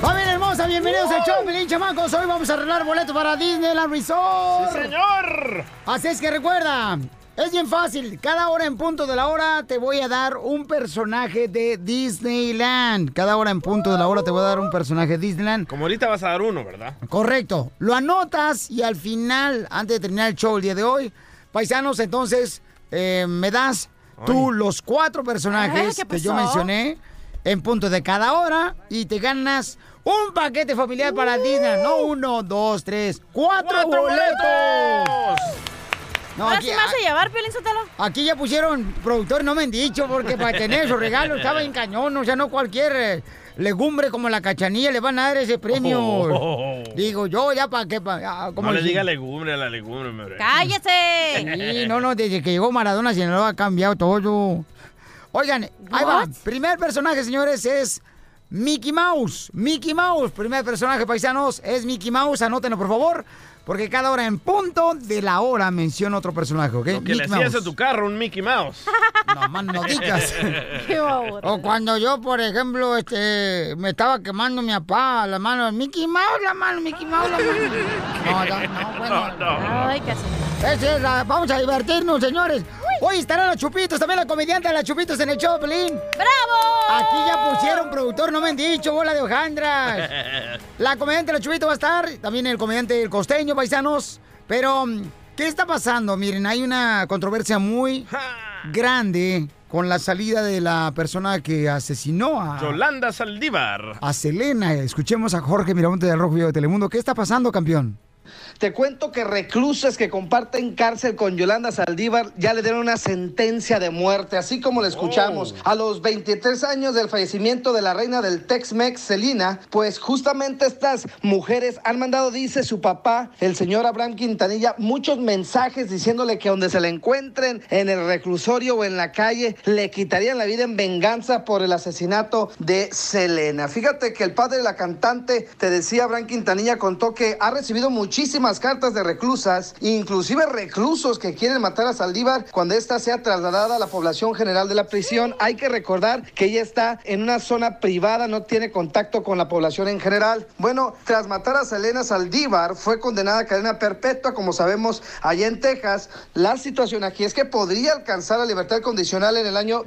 Familia hermosa, bienvenidos al show, Pelín Chamacos. Hoy vamos a arreglar boleto para Disneyland Resort. ¡Sí, señor! Así es que recuerda, es bien fácil. Cada hora en punto de la hora te voy a dar un personaje de Disneyland. Cada hora en punto de la hora te voy a dar un personaje de Disneyland. Como ahorita vas a dar uno, ¿verdad? Correcto. Lo anotas y al final, antes de terminar el show el día de hoy, paisanos, entonces eh, me das tú los cuatro personajes Ah, ¿qué que yo pasó? mencioné en punto de cada hora y te ganas un paquete familiar para Disney. No Uh. uno, dos, tres, cuatro, boletos. No, ¿Ahora aquí- Ah, sí me vas a llevar, Piolín Sotelo? Aquí ya pusieron productor, no me han dicho, porque para tener su regalo estaba en cañón, o sea, no cualquier eh, legumbre como la cachanilla le van a dar ese premio. Oh. Digo yo, ya para qué, pa- ah, ¿cómo No le dicen? diga legumbre a la legumbre, hombre. ¡Cállese! Sí, no, no, desde que llegó Maradona Sinaloa ha cambiado todo. Oigan, ahí va. What? Primer personaje, señores, es Mickey Mouse. Mickey Mouse, primer personaje, paisanos, es Mickey Mouse. Anótenlo, por favor, porque cada hora en punto de la hora menciona otro personaje, ¿ok? Lo que le hacías a tu carro, un Mickey Mouse. No, más no digas. ¡Qué babor. O cuando yo, por ejemplo, este, me estaba quemando mi papá, la mano, Mickey Mouse, la mano, Mickey Mouse, la mano. No, no, no, bueno. Ay, casi. Esa es la- vamos a divertirnos, señores. Hoy estarán los Chupitos, también la comediante de la Chupitos en el show, Pelín. ¡Bravo! Aquí ya pusieron productor, no me han dicho, bola de hojandras. La comediante de la Chupitos va a estar, también el comediante del costeño, paisanos. Pero, ¿qué está pasando? Miren, hay una controversia muy grande con la salida de la persona que asesinó a, Yolanda Saldívar. a Selena. Escuchemos a Jorge Miramonte del Rojo Vivo de Telemundo. ¿Qué está pasando, campeón? Te cuento que recluses que comparten cárcel con Yolanda Saldívar ya le dieron una sentencia de muerte, así como le escuchamos. A los 23 años del fallecimiento de la reina del Tex-Mex, Celina, pues justamente estas mujeres han mandado, dice su papá, el señor Abraham Quintanilla, muchos mensajes diciéndole que donde se la encuentren, en el reclusorio o en la calle, le quitarían la vida en venganza por el asesinato de Selena. Fíjate que el padre de la cantante, te decía Abraham Quintanilla, contó que ha recibido muchísimas cartas de reclusas, inclusive reclusos que quieren matar a Saldívar cuando ésta sea trasladada a la población general de la prisión. Hay que recordar que ella está en una zona privada, no tiene contacto con la población en general. Bueno, tras matar a Selena Saldívar, fue condenada a cadena perpetua, como sabemos, allá en Texas. La situación aquí es que podría alcanzar la libertad condicional en el año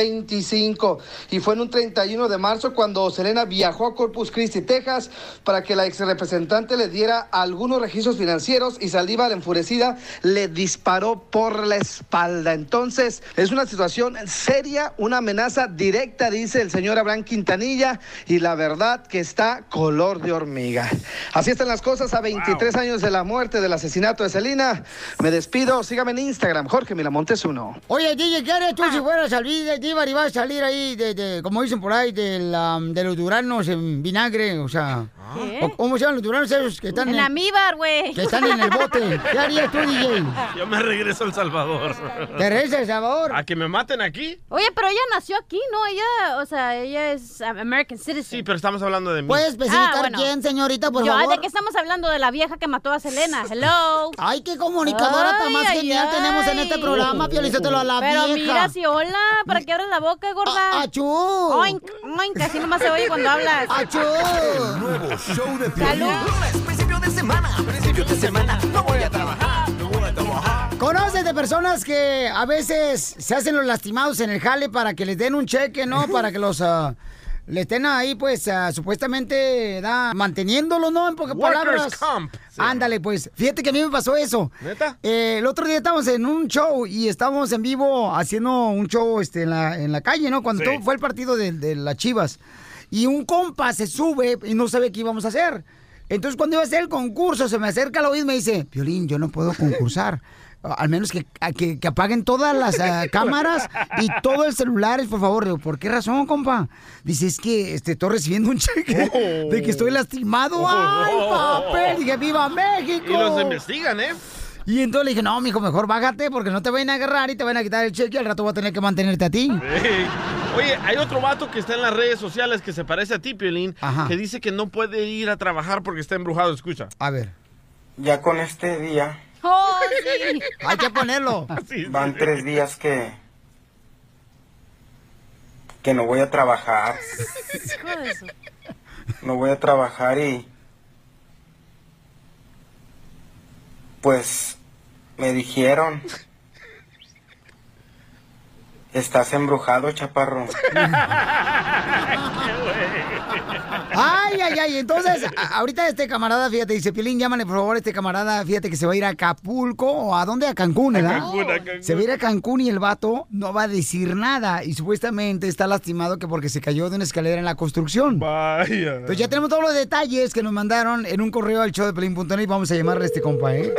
2025 y fue en un 31 de marzo cuando Selena viajó a Corpus Christi, Texas, para que la ex representante le diera algunos registros financieros y Saldívar, enfurecida, le disparó por la espalda. Entonces, es una situación seria, una amenaza directa, dice el señor Abraham Quintanilla, y la verdad que está color de hormiga. Así están las cosas a 23 años de la muerte del asesinato de Selena. Me despido, sígame en Instagram, Jorge Miramontes uno. Oye, DJ, ¿qué harías tú Ah. si fueras al Díbar y vas a salir ahí, de, de- como dicen por ahí, de, la- de los duranos en vinagre? O sea, Ah. ¿Qué? o- ¿cómo se llaman los duranos esos que están En la en, Míbar, güey. que están en el bote? ¿Qué harías tú, DJ? Yo me regreso a El Salvador. Teresa, El Salvador. ¿A que me maten aquí? Oye, pero ella nació aquí, ¿no? Ella, o sea, ella es um, American Sí, citizen. pero estamos hablando de mí. ¿Puedes especificar Ah, bueno. quién, señorita, por Yo, ay, favor? ¿de qué estamos hablando? De la vieja que mató a Selena. Hello. Ay, qué comunicadora tan Ay, más ay, genial tenemos en ay. este programa, Piolizotelo a la Pero vieja. mira, si hola, ¿para qué abres la boca, gorda? ¡Achú! Oink, oink, así nomás se oye cuando hablas. ¡Achú! Nuevo show de Piolín. Salud. Lunes, principio de semana. Principio de semana. No voy a trabajar. No voy a trabajar. ¿Conoces de personas que a veces se hacen los lastimados en el jale para que les den un cheque, ¿no? Para que los... ah, le estén ahí, pues, ah, supuestamente, da, manteniéndolo, ¿no? En pocas Workers' palabras. comp. Sí. Ándale, pues. Fíjate que a mí me pasó eso. ¿Neta? Eh, el otro día estábamos en un show y estábamos en vivo haciendo un show este, en, la, en la calle, ¿no? Cuando Sí. todo- fue el partido de, de las Chivas. Y un compa se sube y no sabe qué íbamos a hacer. Entonces, cuando iba a hacer el concurso, se me acerca la OIS y me dice, Violín, yo no puedo concursar. Al menos que, a- que- que apaguen todas las ah, cámaras y todos los celulares, por favor. Digo, ¿por qué razón, compa? Dice, es que este, estoy recibiendo un cheque Oh. de que estoy lastimado. ¡Ay, papel! Dije, ¡viva México! Y los investigan, ¿eh? Y entonces le dije, no, mijo, mejor bájate porque no te van a agarrar y te van a quitar el cheque y al rato voy a tener que mantenerte a ti. Ey. Oye, hay otro vato que está en las redes sociales que se parece a ti, Piolín, Ajá. que dice que no puede ir a trabajar porque está embrujado. Escucha. A ver. Ya con este día, ¡Oh, sí! Hay que ponerlo. van tres días que... Que no voy a trabajar. Hijo de su- No voy a trabajar y... Pues me dijeron... Estás embrujado, chaparro. Ay, ay, ay. Entonces, a- ahorita este camarada, fíjate, dice, Piolín, llámale por favor a este camarada, fíjate que se va a ir a Acapulco o a dónde, a Cancún, ¿verdad? Cancún, a Cancún. Se va a ir a Cancún y el vato no va a decir nada y supuestamente está lastimado que porque se cayó de una escalera en la construcción. Vaya. Entonces Pues ya tenemos todos los detalles que nos mandaron en un correo al show de Pelín.net y vamos a llamarle a este compa, ¿eh?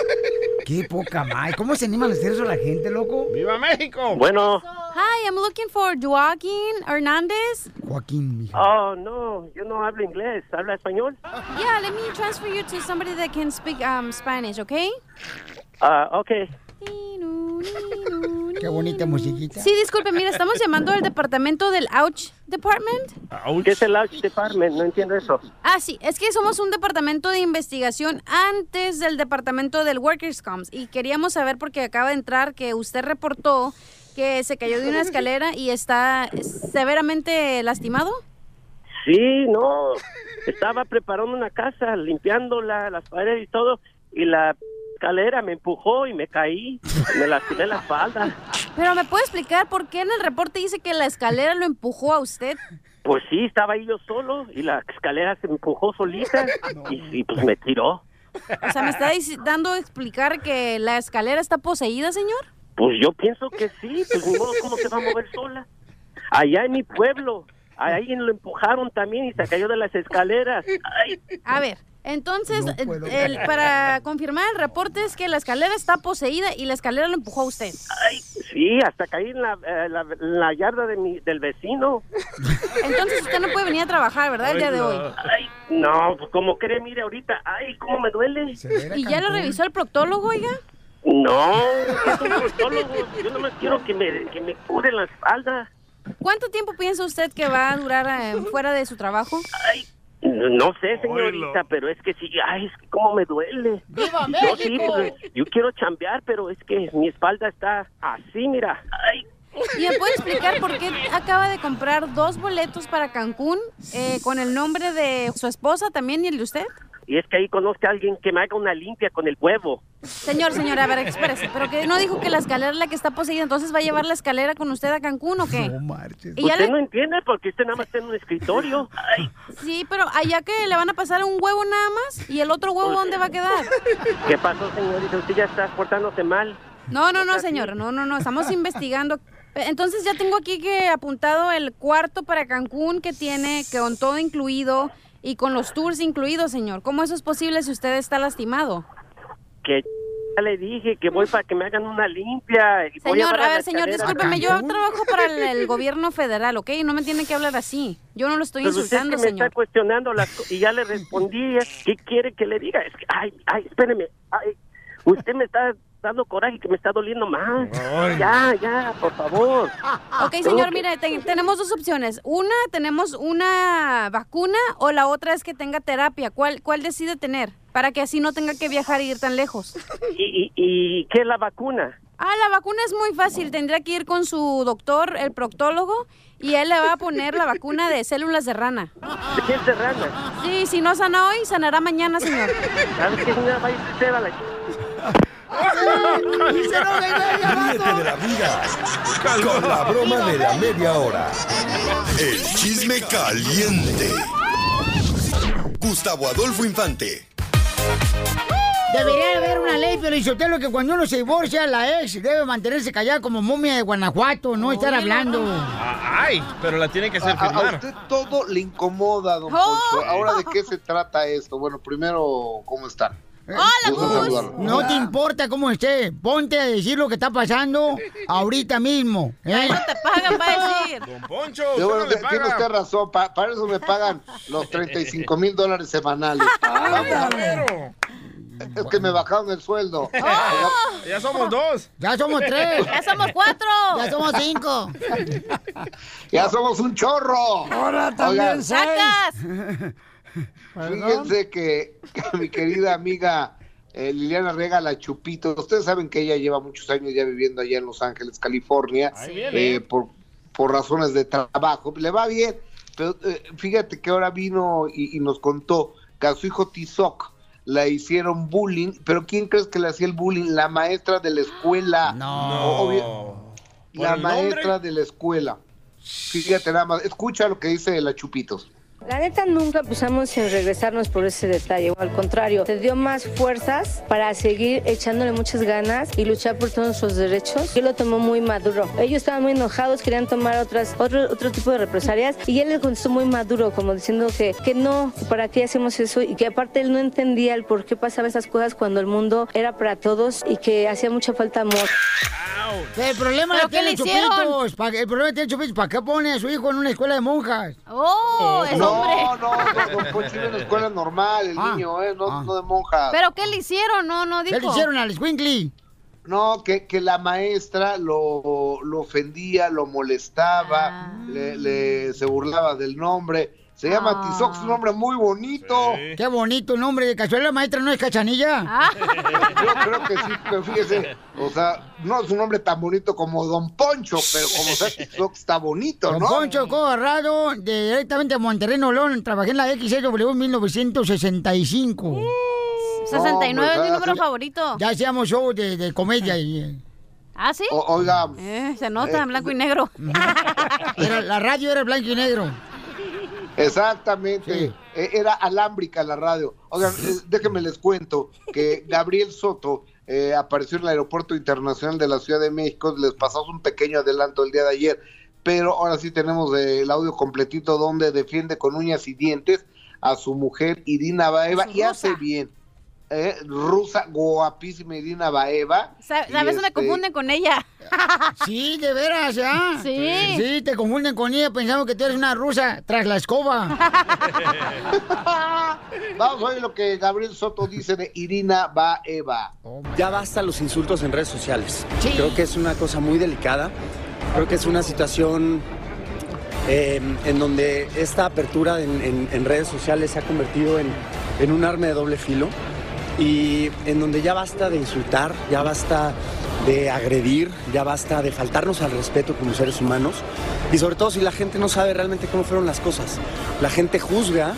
Qué poca madre. ¿Cómo se anima a hacer eso la gente, loco? ¡Viva México! Bueno, Hi, I'm looking for Joaquin Hernández. Joaquín, mijo. oh no, yo no hablo inglés, habla español. Yeah, let me transfer you to somebody that can speak um, Spanish, okay? Ah, ok. Qué bonita musiquita. Sí, disculpe, mira, estamos llamando al departamento del Ouch Department. ¿Qué ah, es el Arch Department? No entiendo eso. Ah, sí, es que somos un departamento de investigación antes del departamento del Workers' Comps y queríamos saber porque acaba de entrar que usted reportó que se cayó de una escalera y está severamente lastimado. Sí, no. Estaba preparando una casa, limpiándola, las paredes y todo, y la escalera me empujó y me caí. Me lastimé la espalda. Pero me puede explicar por qué en el reporte dice que la escalera lo empujó a usted. Pues sí, estaba ahí yo solo y la escalera se empujó solita y, y pues me tiró. O sea, me está dic- dando a explicar que la escalera está poseída, señor. Pues yo pienso que sí, pues ni modo, ¿cómo se va a mover sola? Allá en mi pueblo, a alguien lo empujaron también y se cayó de las escaleras. Ay, A ver, entonces, eh, No puedo. el- para confirmar el reporte es que la escalera está poseída y la escalera lo empujó a usted. ay, sí, hasta caí en la, eh, la- en la yarda de mi, del vecino. Entonces usted no puede venir a trabajar, ¿verdad? El día de hoy. Ay, no, pues como cree, mire ahorita, ay, cómo me duele. ¿Y ya lo revisó el proctólogo, oiga? No, yo soy proctólogo, yo nomás quiero que me, que me cure la espalda. ¿Cuánto tiempo piensa usted que va a durar eh, fuera de su trabajo? Ay, no sé, señorita, pero es que sí, ay, es que cómo me duele. Y yo sí, pues, yo quiero chambear, pero es que mi espalda está así, mira. Ay, ¿Y me puede explicar por qué acaba de comprar dos boletos para Cancún eh, con el nombre de su esposa también y el de usted? y es que ahí conozco a alguien que me haga una limpia con el huevo. Señor, señora, a ver, exprese. ¿Pero que no dijo que la escalera es la que está poseída? ¿Entonces va a llevar la escalera con usted a Cancún o qué? No marches. Y ya usted le- no entiende porque usted nada más está en un escritorio. Ay, Sí, pero allá que le van a pasar un huevo nada más y el otro huevo dónde va a quedar? ¿Qué pasó, señorita? Usted ya está portándose mal. No, no, no, señor, no, no, no, estamos investigando. Entonces ya tengo aquí que apuntado el cuarto para Cancún que tiene que con todo incluido y con los tours incluidos, señor. ¿Cómo eso es posible si usted está lastimado? Que ya le dije que voy para que me hagan una limpia. y voy Señor, llevar a la ver, señor, escalera. discúlpeme, yo trabajo para el, el gobierno federal, ¿ok? No me tiene que hablar así. Yo no lo estoy Pero usted es que insultando, me está señor. cuestionando las co- y ya le respondí. ¿Qué quiere que le diga? Es que, ay, ay, espéreme. Ay, usted me está dando coraje que me está doliendo más. Ya, ya, por favor. Ok, señor, mire, te- tenemos dos opciones. Una, tenemos una vacuna o la otra es que tenga terapia. ¿Cuál, cuál decide tener? Para que así no tenga que viajar e ir tan lejos. ¿Y, y, y qué es la vacuna? Ah, la vacuna es muy fácil. Tendría que ir con su doctor, el proctólogo, y él le va a poner la vacuna de células de rana. ¿De qué es de rana? Sí, si no sana hoy, sanará mañana, señor. ¿Sabes qué? Señora, vaya usted a la ch- ¡Se lo regalé, vato! Ríete de la vida con la broma de la media hora. El chisme caliente. Gustavo Adolfo Infante. Debería haber una ley, pero dice usted lo que cuando uno se divorcia, la ex debe mantenerse callada como momia de Guanajuato, no estar hablando. Ah, Ay, pero la tiene que hacer A, a firmar. usted todo le incomoda, don ¡Oh! Poncho. Ahora, ¿de qué se trata esto? Bueno, primero, ¿cómo están? Gusto en saludarlo. No Ah. te importa cómo esté, ponte a decir lo que está pasando ahorita mismo. ¿eh? te pagan para decir. Don Poncho, Yo, bueno, te- tiene usted razón, pa- para eso me pagan los 35 mil dólares semanales. Vamos a ver. Es que me bajaron el sueldo. Ya somos dos. Ah. Ya somos tres. Ya somos cuatro. Ya somos cinco. Ya somos un chorro. Ahora Oigan, ¡Sacas! Fíjense que, que mi querida amiga eh, Liliana Rega La Chupito, ustedes saben que ella lleva muchos años ya viviendo allá en Los Ángeles, California, Ahí viene. eh, por, por razones de trabajo. Le va bien, pero eh, fíjate que ahora vino y, y nos contó que a su hijo Tizoc la hicieron bullying, pero ¿quién crees que le hacía el bullying? La maestra de la escuela. No. Obvio- ¿Por la el nombre? maestra de la escuela. Fíjate nada más, escucha lo que dice La Chupitos. La neta nunca pensamos en regresarnos por ese detalle, al contrario, te dio más fuerzas para seguir echándole muchas ganas y luchar por todos nuestros derechos. Él lo tomó muy maduro. Ellos estaban muy enojados, querían tomar otras, otro, otro tipo de represalias y él le contestó muy maduro, como diciendo que, que no, que para qué hacemos eso y que aparte él no entendía el por qué pasaban esas cosas cuando el mundo era para todos y que hacía mucha falta amor. El problema ¿Pero lo tiene qué le hicieron? Chupitos. pa- El problema tiene Chupitos. ¿Para qué pone a su hijo en una escuela de monjas? ¡Oh! Es no, hombre. no, no, don Poncho iba a la escuela normal, el Ah, niño, ¿eh? No, ah. no de monjas. ¿Pero qué le hicieron? No, no dijo. ¿Qué le hicieron al Squinkly? No, que, que la maestra lo, lo ofendía, lo molestaba, Ah. le, le- se burlaba del nombre. Se llama Ah. Tizoc, es un nombre muy bonito. Sí. Qué bonito el nombre. De casualidad, la maestra no es cachanilla. Ah, Yo creo que sí, pero fíjese, o sea, no es un nombre tan bonito como Don Poncho, pero como sea Tizoc está bonito, Don ¿no? Poncho Cobarrado, directamente a Monterrey, Nolón. Trabajé en la XW en Uh, 1965. 69 es mi No, número pues, favorito. Ya hacíamos show de, de comedia. Y, eh, ¿Ah, sí? O- oiga, Eh, se nota en blanco y negro. era- la radio era blanco y negro. Exactamente. Sí. E- Era alámbrica la radio. Oigan, eh, déjenme les cuento que Gabriel Soto eh, apareció en el Aeropuerto Internacional de la Ciudad de México. Les pasamos un pequeño adelanto el día de ayer, pero ahora sí tenemos eh, el audio completito donde defiende con uñas y dientes a su mujer Irina Baeva Su y hace rusa. bien. Eh, rusa, guapísima Irina Baeva. Sa- Y, A veces me este, confunden con ella. Sí, de veras, ¿ya? Sí. Sí, te confunden con ella pensando que tú eres una rusa tras la escoba. Vamos a ver lo que Gabriel Soto dice de Irina Baeva. Ya basta los insultos en redes sociales. Sí. Creo que es una cosa muy delicada. Creo que es una situación eh, en donde esta apertura en, en- en redes sociales se ha convertido en, en un arma de doble filo y en donde ya basta de insultar, ya basta de agredir, ya basta de faltarnos al respeto como seres humanos y sobre todo si la gente no sabe realmente cómo fueron las cosas. La gente juzga,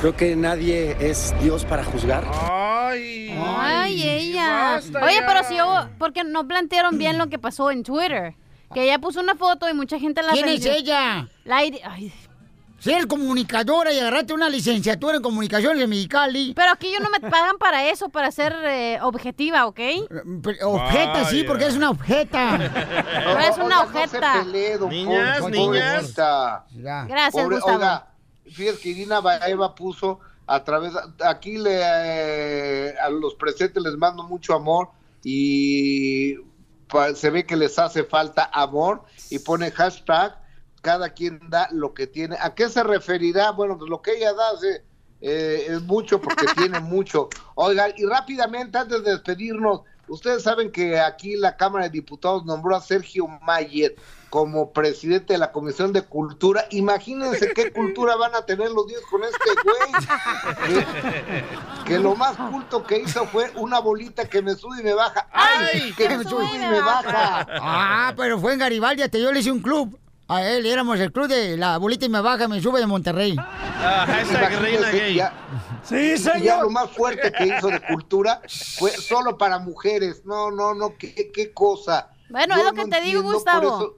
creo que nadie es Dios para juzgar. Ay. Ay, ella. basta Oye, ya. pero si yo, porque no plantearon bien lo que pasó en Twitter. Que ella puso una foto y mucha gente la ¿Quién es ofendió. ella? La iri- ay, Ser comunicadora y agarrarte una licenciatura en comunicaciones en Mexicali. pero aquí yo no me pagan para eso, para ser eh, objetiva, ¿ok? Pe- Objeta, sí, Vaya. porque es una objeta. No es una Oiga, no se ojeta. pelee, don Niñas, Poncho, niñas. pobrecita. Ya. Gracias, Pobre- Gustavo. oiga, fíjate que Irina Baeva puso a través, aquí le, eh, a los presentes les mando mucho amor y pa- se ve que les hace falta amor y pone hashtag cada quien da lo que tiene. ¿A qué se referirá? Bueno, pues lo que ella da se- eh, es mucho porque tiene mucho. Oigan, y rápidamente antes de despedirnos, ustedes saben que aquí la Cámara de Diputados nombró a Sergio Mayer como presidente de la Comisión de Cultura. Imagínense qué cultura van a tener los dios con este güey. Que, que lo más culto que hizo fue una bolita que me sube y me baja. ¡Ay! Que me sube y me baja. Ah, pero fue en Garibaldi, hasta yo le hice un club. A él éramos el club de la bolita y me baja, me sube de Monterrey. Ah, hashtag reina Imagínense, gay. ya- Sí, y ya lo más fuerte que hizo de cultura fue solo para mujeres. No, no, no, qué, qué cosa. Bueno, Yo es lo que te digo, entiendo, por Gustavo. eso-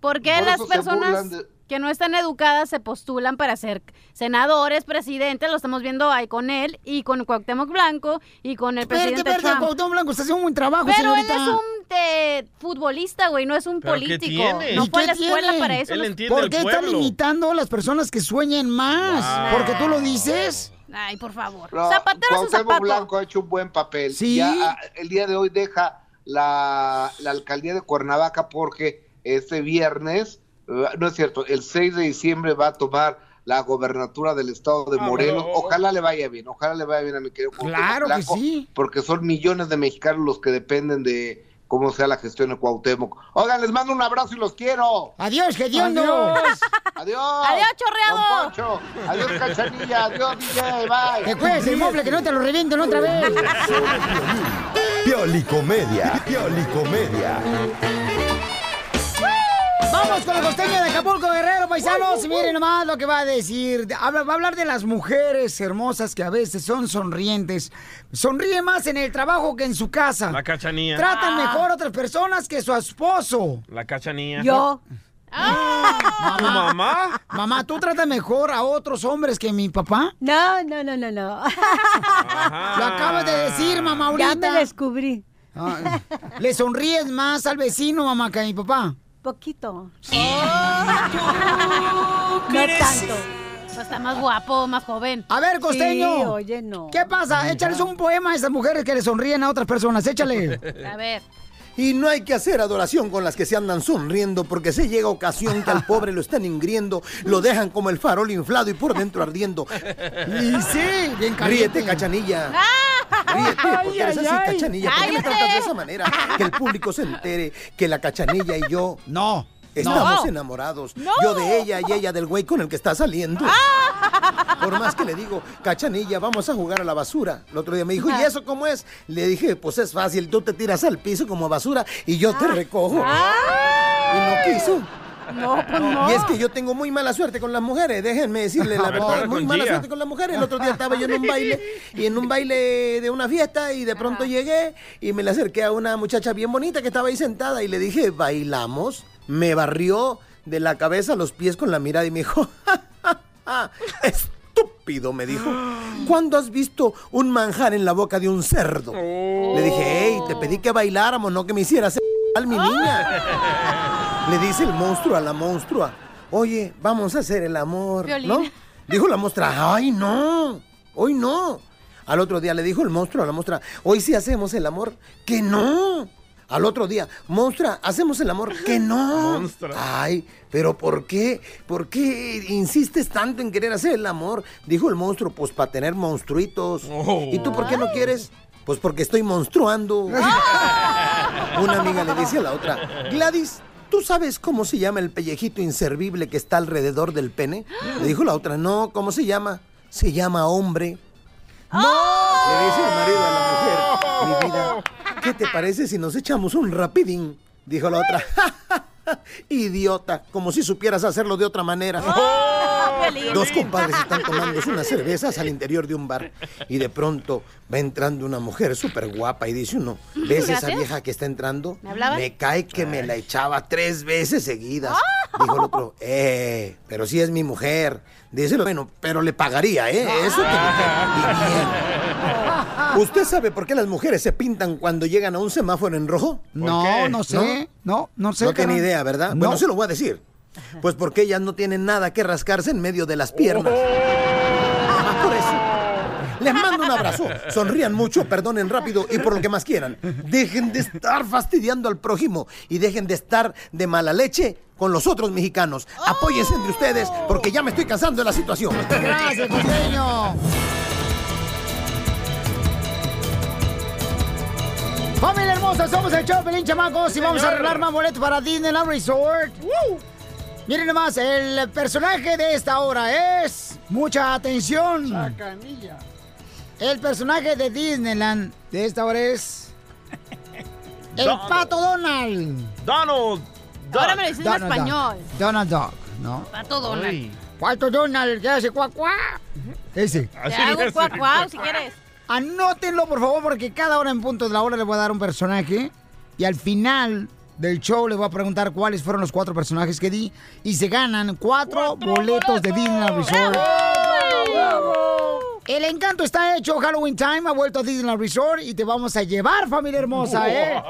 ¿Por qué por las eso se burlan personas de- que no están educadas se postulan para ser senadores, presidentes, lo estamos viendo ahí con él y con Cuauhtémoc Blanco y con el Espérate, presidente espérate, Trump. Cuauhtémoc Blanco, está haciendo un buen trabajo, Pero señorita. él es un eh, futbolista, güey, no es un ¿Pero qué político. tiene? No ¿Y fue qué a la escuela tiene? para eso. Él los- entiende ¿Por qué están limitando a las personas que sueñen más? Wow. Porque tú lo dices. Ay, por favor. No, Zapatero a su Cuauhtémoc zapato. Blanco ha hecho un buen papel. Sí. Ya, ah, el día de hoy deja la, la alcaldía de Cuernavaca porque este viernes, eh, no es cierto, el 6 de diciembre va a tomar la gobernatura del estado de Ah, Morelos. bueno. Ojalá le vaya bien, ojalá le vaya bien a mi querido Cuauhtémoc Claro que Blanco, sí. Porque son millones de mexicanos los que dependen de cómo sea la gestión de Cuauhtémoc. Oigan, les mando un abrazo y los quiero. Adiós, que Dios Adiós. Adiós. Adiós, chorreado. Adiós, Cachanilla. Adiós, DJ. Bye. Te cuidas el mueble, que no te lo revienten otra vez. Piolicomedia, piolicomedia. Vamos con el costeño de Acapulco, Guerrero, paisanos. Y miren nomás lo que va a decir. Habla- va a hablar de las mujeres hermosas que a veces son sonrientes. Sonríe más en el trabajo que en su casa. La cachanilla. Tratan mejor a otras personas que su esposo. La cachanilla. ¿Tu mamá? Ah. Mamá, ¿tú tratas mejor a otros hombres que mi papá? No, no, no, no, no. Lo acabas de decir, mamá, Ya ahorita. me descubrí. Ah, ¿Le sonríes más al vecino, mamá, que a mi papá? Poquito. No tanto. Pues está más guapo, más joven. ¡Oh, A ver, costeño. Sí, oye, no. ¿Qué pasa? Échales un poema a esas mujeres que le sonríen a otras personas. Échale. A ver. Y no hay que hacer adoración con las que se andan sonriendo, porque se llega ocasión que al pobre lo están ingriendo, lo dejan como el farol inflado y por dentro ardiendo. Y sí, bien Ríete, cachanilla. Ríete, porque eres Ay, ay, así, ay. cachanilla. ¿Por qué me Cállate. tratas de esa manera? Que el público se entere que la cachanilla y yo. No. Estamos no. enamorados. No. Yo de ella y ella del güey con el que está saliendo. Ah. Por más que le digo, cachanilla, vamos a jugar a la basura. El otro día me dijo, ¿y eso cómo es? Le dije, pues es fácil, tú te tiras al piso como basura y yo Ah. te recojo. Y no quiso. No, pues no. Y es que yo tengo muy mala suerte con las mujeres, déjenme decirle la Me verdad, acuerdo muy con mala Gia. suerte con las mujeres. El otro día estaba yo en un baile y en un baile de una fiesta y de pronto llegué y me le acerqué a una muchacha bien bonita que estaba ahí sentada y le dije, "Bailamos." Me barrió de la cabeza a los pies con la mirada y me dijo, "Ja, ja, ja, "Estúpido", me dijo. ¿Cuándo has visto un manjar en la boca de un cerdo? Oh. Le dije, hey, te pedí que bailáramos, no que me hicieras al mi niña. Le dice el monstruo a la monstrua, oye, vamos a hacer el amor, Violín. ¿no? Dijo la monstrua, ay, no, hoy no. Al otro día le dijo el monstruo a la monstrua, hoy sí hacemos el amor, que no. Al otro día, monstrua, hacemos el amor, que no. Ay, pero ¿por qué? ¿Por qué insistes tanto en querer hacer el amor? Dijo el monstruo, pues para tener monstruitos. ¿Y tú por qué no quieres? Pues porque estoy monstruando. Una amiga le dice a la otra, Gladys, ¿tú sabes cómo se llama el pellejito inservible que está alrededor del pene? Le dijo la otra, no, ¿cómo se llama? Se llama hombre. ¡No! ¡Ah! Le dice el marido a la mujer, mi vida, ¿qué te parece si nos echamos un rapidín? Dijo la otra, "Ja, ja, ja, idiota, como si supieras hacerlo de otra manera. ¡Ah! Dos compadres están tomando unas cervezas al interior de un bar y de pronto va entrando una mujer súper guapa y dice uno, ¿ves esa Gracias. vieja que está entrando? ¿Me hablaban? cae que me la echaba tres veces seguidas. Dijo el otro, eh, pero si es mi mujer. Dice, el otro, bueno, pero le pagaría, Ah. ¿eh? Eso que me- y bien. ¿Usted sabe por qué las mujeres se pintan cuando llegan a un semáforo en rojo? No, qué? no sé. No, no sé, No tiene carnal. idea, ¿verdad? No. Bueno, se lo voy a decir. Pues porque ellas no tienen nada que rascarse en medio de las piernas. Nomás por eso. Les mando un abrazo. Sonrían mucho, perdonen rápido y por lo que más quieran. Dejen de estar fastidiando al prójimo y dejen de estar de mala leche con los otros mexicanos. Apóyense entre ustedes porque ya me estoy cansando de la situación. Gracias, costeño. Familia hermosa, somos el show Pelín Chamacos y vamos a Señor. arreglar más boletos para Disneyland Resort. Miren nomás, el personaje de esta hora es... Mucha atención. Sacanilla. El personaje de Disneyland de esta hora es... El Donald. Pato Donald. Donald. Ahora me lo dicen en Donald Duck. español. Donald Duck, ¿no? Pato Donald. Ay. Pato Donald, ¿qué hace? Cuac, cuac. ¿Qué dice? Te hago cuau, cuau, si quieres. Anótenlo, por favor, porque cada hora en punto de la hora le voy a dar un personaje. Y al final del show les voy a preguntar cuáles fueron los cuatro personajes que di y se ganan cuatro, boletos, de Disney Resort. El encanto está hecho, Halloween Time ha vuelto a Disney Resort y te vamos a llevar, familia hermosa, ¿eh?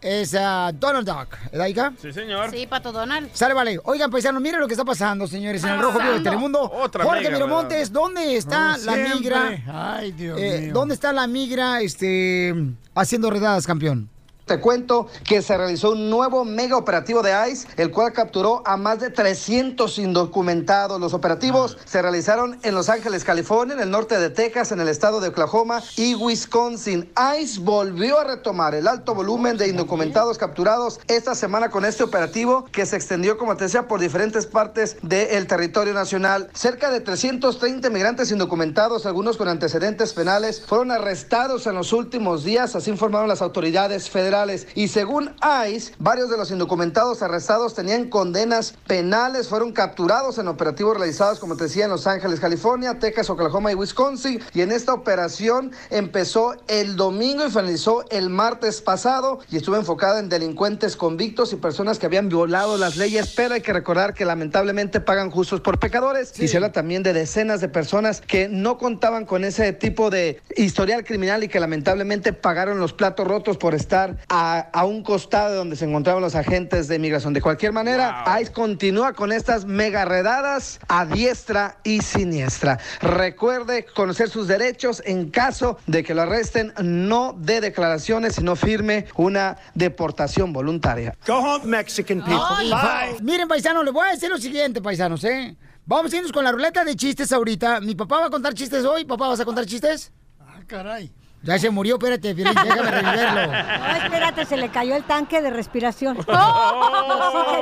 Es ah, Donald Duck, ¿verdad, hija? Sí, señor. Sí, Pato Donald. Sale, vale. Oigan, paisanos, miren lo que está pasando, señores, en el Rojo Vivo de Pasando. Telemundo. Otra Jorge migra, Miramontes, ¿dónde está Oh, la siempre. migra? Eh, Ay, Dios mío. ¿Dónde está la migra este, haciendo redadas, campeón? Te cuento que se realizó un nuevo mega operativo de ICE, el cual capturó a más de 300 indocumentados. Los Ah. operativos se realizaron en Los Ángeles, California, en el norte de Texas, en el estado de Oklahoma y Wisconsin. ICE volvió a retomar el alto volumen de indocumentados capturados esta semana con este operativo que se extendió, como te decía, por diferentes partes del territorio nacional. Cerca de 330 migrantes indocumentados, algunos con antecedentes penales, fueron arrestados en los últimos días, así informaron las autoridades federales. Y según ICE, varios de los indocumentados arrestados tenían condenas penales, fueron capturados en operativos realizados, como te decía, en Los Ángeles, California, Texas, Oklahoma y Wisconsin. Y en esta operación empezó el domingo y finalizó el martes pasado y estuvo enfocada en delincuentes convictos y personas que habían violado las leyes, pero hay que recordar que lamentablemente pagan justos por pecadores. Y se habla también de decenas de personas que no contaban con ese tipo de historial criminal y que lamentablemente pagaron los platos rotos por estar a, a un costado de donde se encontraban los agentes de inmigración. De cualquier manera, ICE continúa con estas mega redadas a diestra y siniestra. Recuerde conocer sus derechos en caso de que lo arresten, no dé declaraciones, sino firme una deportación voluntaria. Go home, Mexican people. Bye. Miren, paisanos, les voy a decir lo siguiente, paisanos, ¿eh? Vamos a irnos con la ruleta de chistes ahorita. Mi papá va a contar chistes hoy. Papá, ¿vas a contar chistes? Ah, caray. Ya se murió, espérate, Piolín, déjame revivirlo. No, espérate, se le cayó el tanque de respiración. Oh,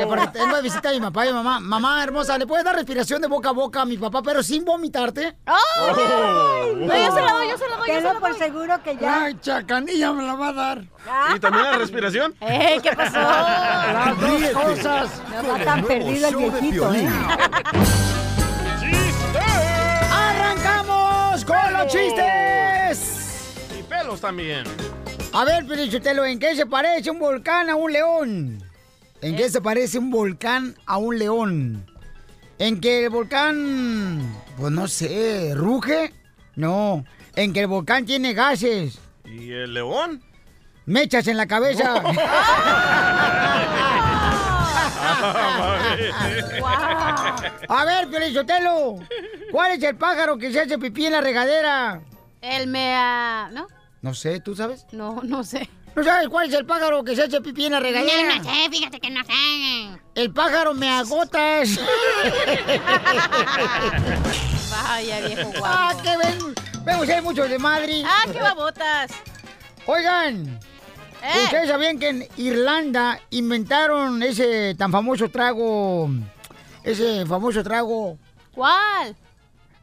Ok, porque tengo de visita a mi papá y a mi mamá. Mamá hermosa, ¿le puedes dar respiración de boca a boca a mi papá, pero sin vomitarte? ¡Ay! No, No, yo se la doy, yo se la doy, yo Tenlo se la por seguro que ya. Ay, chacanilla me la va a dar. ¿Y también la respiración? Ah. ¡Eh, qué pasó! Las dos Ríete. cosas. No va tan perdido el viejito, ¿eh? ¡Arrancamos con los chistes! Y pelos también. A ver, Pirichotelo, ¿en qué se parece un volcán a un león? ¿Eh? ¿En qué se parece un volcán a un león? ¿En que el volcán, pues no sé, ruge? No. ¿En que el volcán tiene gases? ¿Y el león? Mechas en la cabeza. A ver, Pirichotelo, ¿cuál es el pájaro que se hace pipí en la regadera? El mea... ¿No? No sé, ¿tú sabes? No, no sé. ¿No sabes cuál es el pájaro que se hace pipí en la regadera? No, no sé, fíjate que no sé. El pájaro me agotas. Vaya, viejo guapo. ah, que ven, vemos hay muchos de Madrid. Ah, qué babotas. Oigan, Eh. ¿ustedes sabían que en Irlanda inventaron ese tan famoso trago? Ese famoso trago. ¿Cuál?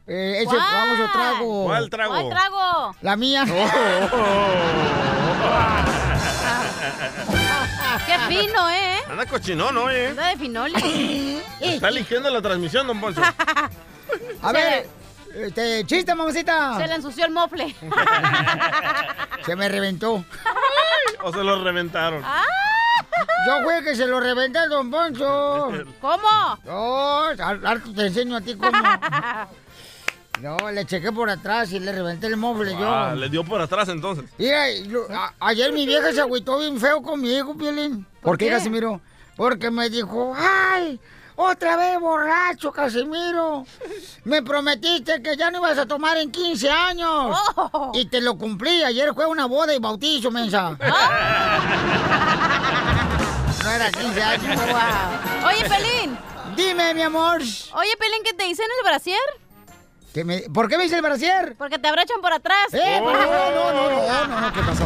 eh, ese ¿Cuál? famoso trago. ¿Cuál trago? Oh, ¿Cuál trago? La mía. oh. Qué fino, ¿eh? Anda cochinón hoy, ¿eh? Anda de finoli. Está liqueando la transmisión, don Poncho. A ver, este, chiste, mamacita. Se le ensució el mofle. Se me reventó. ¿O se lo reventaron? Ah. Yo fue que se lo reventé a Don Poncho. ¿Cómo? No, al- harto te enseño a ti cómo. No, le chequé por atrás y le reventé el móvil Ah, yo. le dio por atrás entonces. Mira, lo- a- ayer mi vieja se agüitó bien feo conmigo, Piolín. ¿Por, qué, qué? Casimiro? Porque me dijo, ¡ay! Otra vez borracho, Casimiro. Me prometiste que ya no ibas a tomar en 15 años. Y te lo cumplí. Ayer fue una boda y bautizo, mensa. No era 15 años. Wow. Oye, Pelín. Dime, mi amor. Oye, Pelín, ¿qué te dicen el brasier? Que me- ¿Por qué me hice el brasier? Porque te abrachan por atrás. ¡Eh! No, no, no, no, ¡Oh, no, no, ¿qué pasó?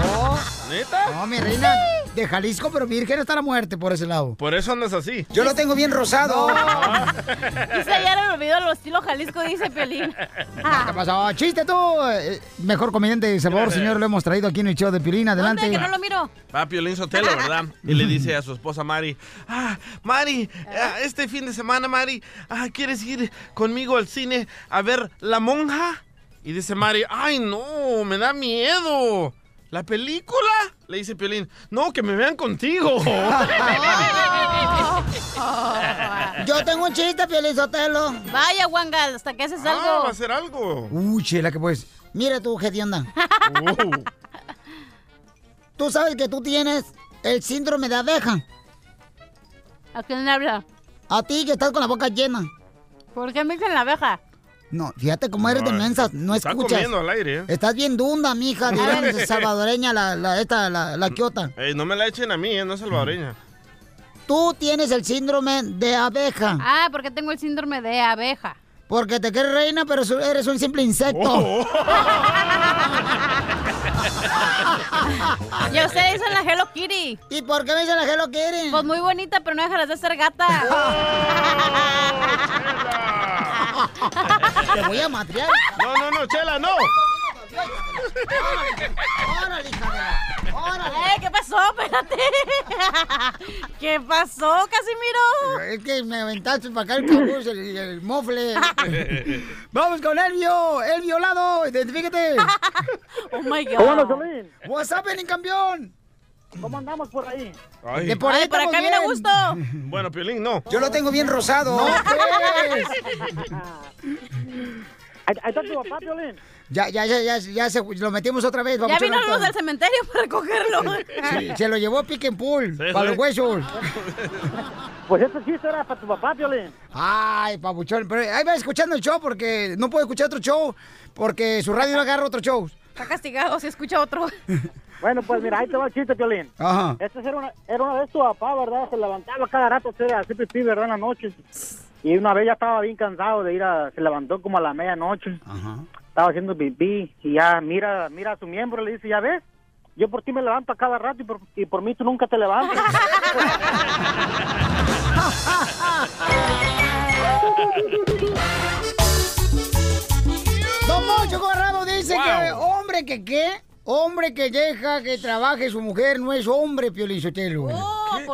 ¿Neta? No, mi reina, de Jalisco, pero virgen está la muerte por ese lado. Por eso andas así. Yo lo tengo bien rosado. Dice, ya le olvidó lo estilo Jalisco, dice Pelín. ¿Qué pasó? ¡Chiste tú! Eh, Mejor comediante de Salvador, señor, lo hemos traído aquí en el show de Piolín. Adelante. Que no lo miro. Va Piolín Sotelo, ¿verdad? Y le dice a su esposa Mari, ah, Mari, ah, este fin de semana, Mari, ah, ¿quieres ir conmigo al cine a ver La Monja? Y dice Mari, ay, no, me da miedo. ¿La película? Le dice Piolín, no, que me vean contigo. Oh, Yo tengo un chiste, Piolín Sotelo. oh. Vaya, Wanga, hasta que haces Ah, algo. algo. Uy, chela, que pues. Mira tú, Gedionda. Tú sabes que tú tienes el síndrome de abeja. ¿A quién le habla? A ti que estás con la boca llena. ¿Por qué me dicen la abeja? No, fíjate cómo eres de Ay, mensa, no está escuchas. comiendo al aire, ¿eh? Estás bien dunda, mija, dirán salvadoreña, la, la, esta, la, Mm. la quiota. Ey, no me la echen a mí, eh, no es salvadoreña. Tú tienes el síndrome de abeja. Ah, porque tengo el síndrome de abeja. Porque te crees reina, pero so- eres un simple insecto. Oh. Y a usted le dicen la Hello Kitty. ¿Y por qué me dicen la Hello Kitty? Pues muy bonita, pero no dejarás de ser gata. Te voy a matar. No, no, no, Chela, no. ¡Órale, hija de la- ¡Órale! ¡Eh, qué pasó! Espérate. ¿Qué pasó, Casimiro? Es que me aventaste para acá el cabuz, el, el mofle. Vamos con Elvio, el violado, identifíquete. oh my God. Hola, Solín. What's happening, campeón? ¿Cómo andamos por ahí? Ay. De por ahí Ay, por estamos acá viene a bien. gusto. Bueno, Piolín, no. Yo lo tengo bien rosado. No, pues. Ahí ahí está tu papá, Piolín. Ya, ya, ya, ya, ya se, lo metimos otra vez. Ya papuchón, vino ahorita. los del cementerio para cogerlo. Sí, se lo llevó a pick and pull, Sí, para sí. los huesos. Pues este chiste era para tu papá, Piolín. Ay, papuchón, pero ahí va escuchando el show porque no puedo escuchar otro show porque su radio no agarra otro show. Está castigado si escucha otro. Bueno, pues mira, ahí te va el chiste, Piolín. Ajá. Este era una, era una vez tu papá, ¿verdad? Se levantaba cada rato a hacer- a hacer pipí, ¿verdad? En la noche. Y una vez ya estaba bien cansado de ir a... Se levantó como a la medianoche. Estaba haciendo pipí y ya mira, mira a su miembro y le dice, ¿ya ves? Yo por ti me levanto a cada rato y por, y por mí tú nunca te levantas. Don Mocho Corrado dice Wow. que hombre que qué, hombre que deja que trabaje su mujer no es hombre, Piolichotelo.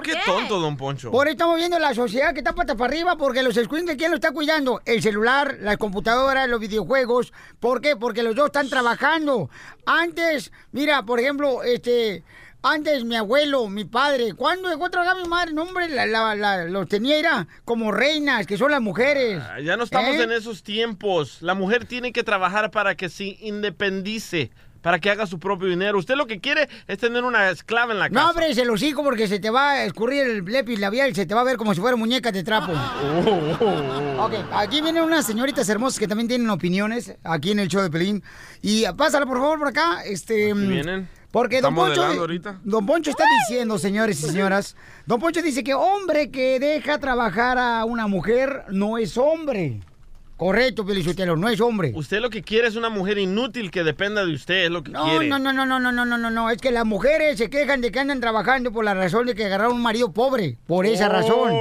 ¿Qué, qué tonto, don Poncho. Por eso estamos viendo la sociedad que está pata para arriba porque los escuincles, ¿quién lo está cuidando? El celular, las computadoras, los videojuegos. ¿Por qué? Porque los dos están trabajando. Antes, mira, por ejemplo, este... Antes mi abuelo, mi padre, cuando dejó de trabajar mi madre, no hombre, la- la- la- los tenía era como reinas, que son las mujeres. Ah, Ya no estamos ¿Eh? en esos tiempos. La mujer tiene que trabajar para que se independice, para que haga su propio dinero. Usted lo que quiere es tener una esclava en la No casa. abres el hocico porque se te va a escurrir el lápiz labial, se te va a ver como si fuera muñeca de trapo. Ok, aquí vienen unas señoritas hermosas que también tienen opiniones aquí en el show de Pelín. Y ah, pásala por favor por acá, este... vienen. Porque Don ¿Está Poncho, modelando ahorita? Don Poncho está diciendo, señores y señoras, Don Poncho dice que hombre que deja trabajar a una mujer no es hombre. Correcto, Pelizotelo, no es hombre. Usted lo que quiere es una mujer inútil que dependa de usted, es lo que No, quiere. no, no, no, no, no, no, no, no, no. Es que las mujeres se quejan de que andan trabajando por la razón de que agarraron un marido pobre. Por Oh. esa razón.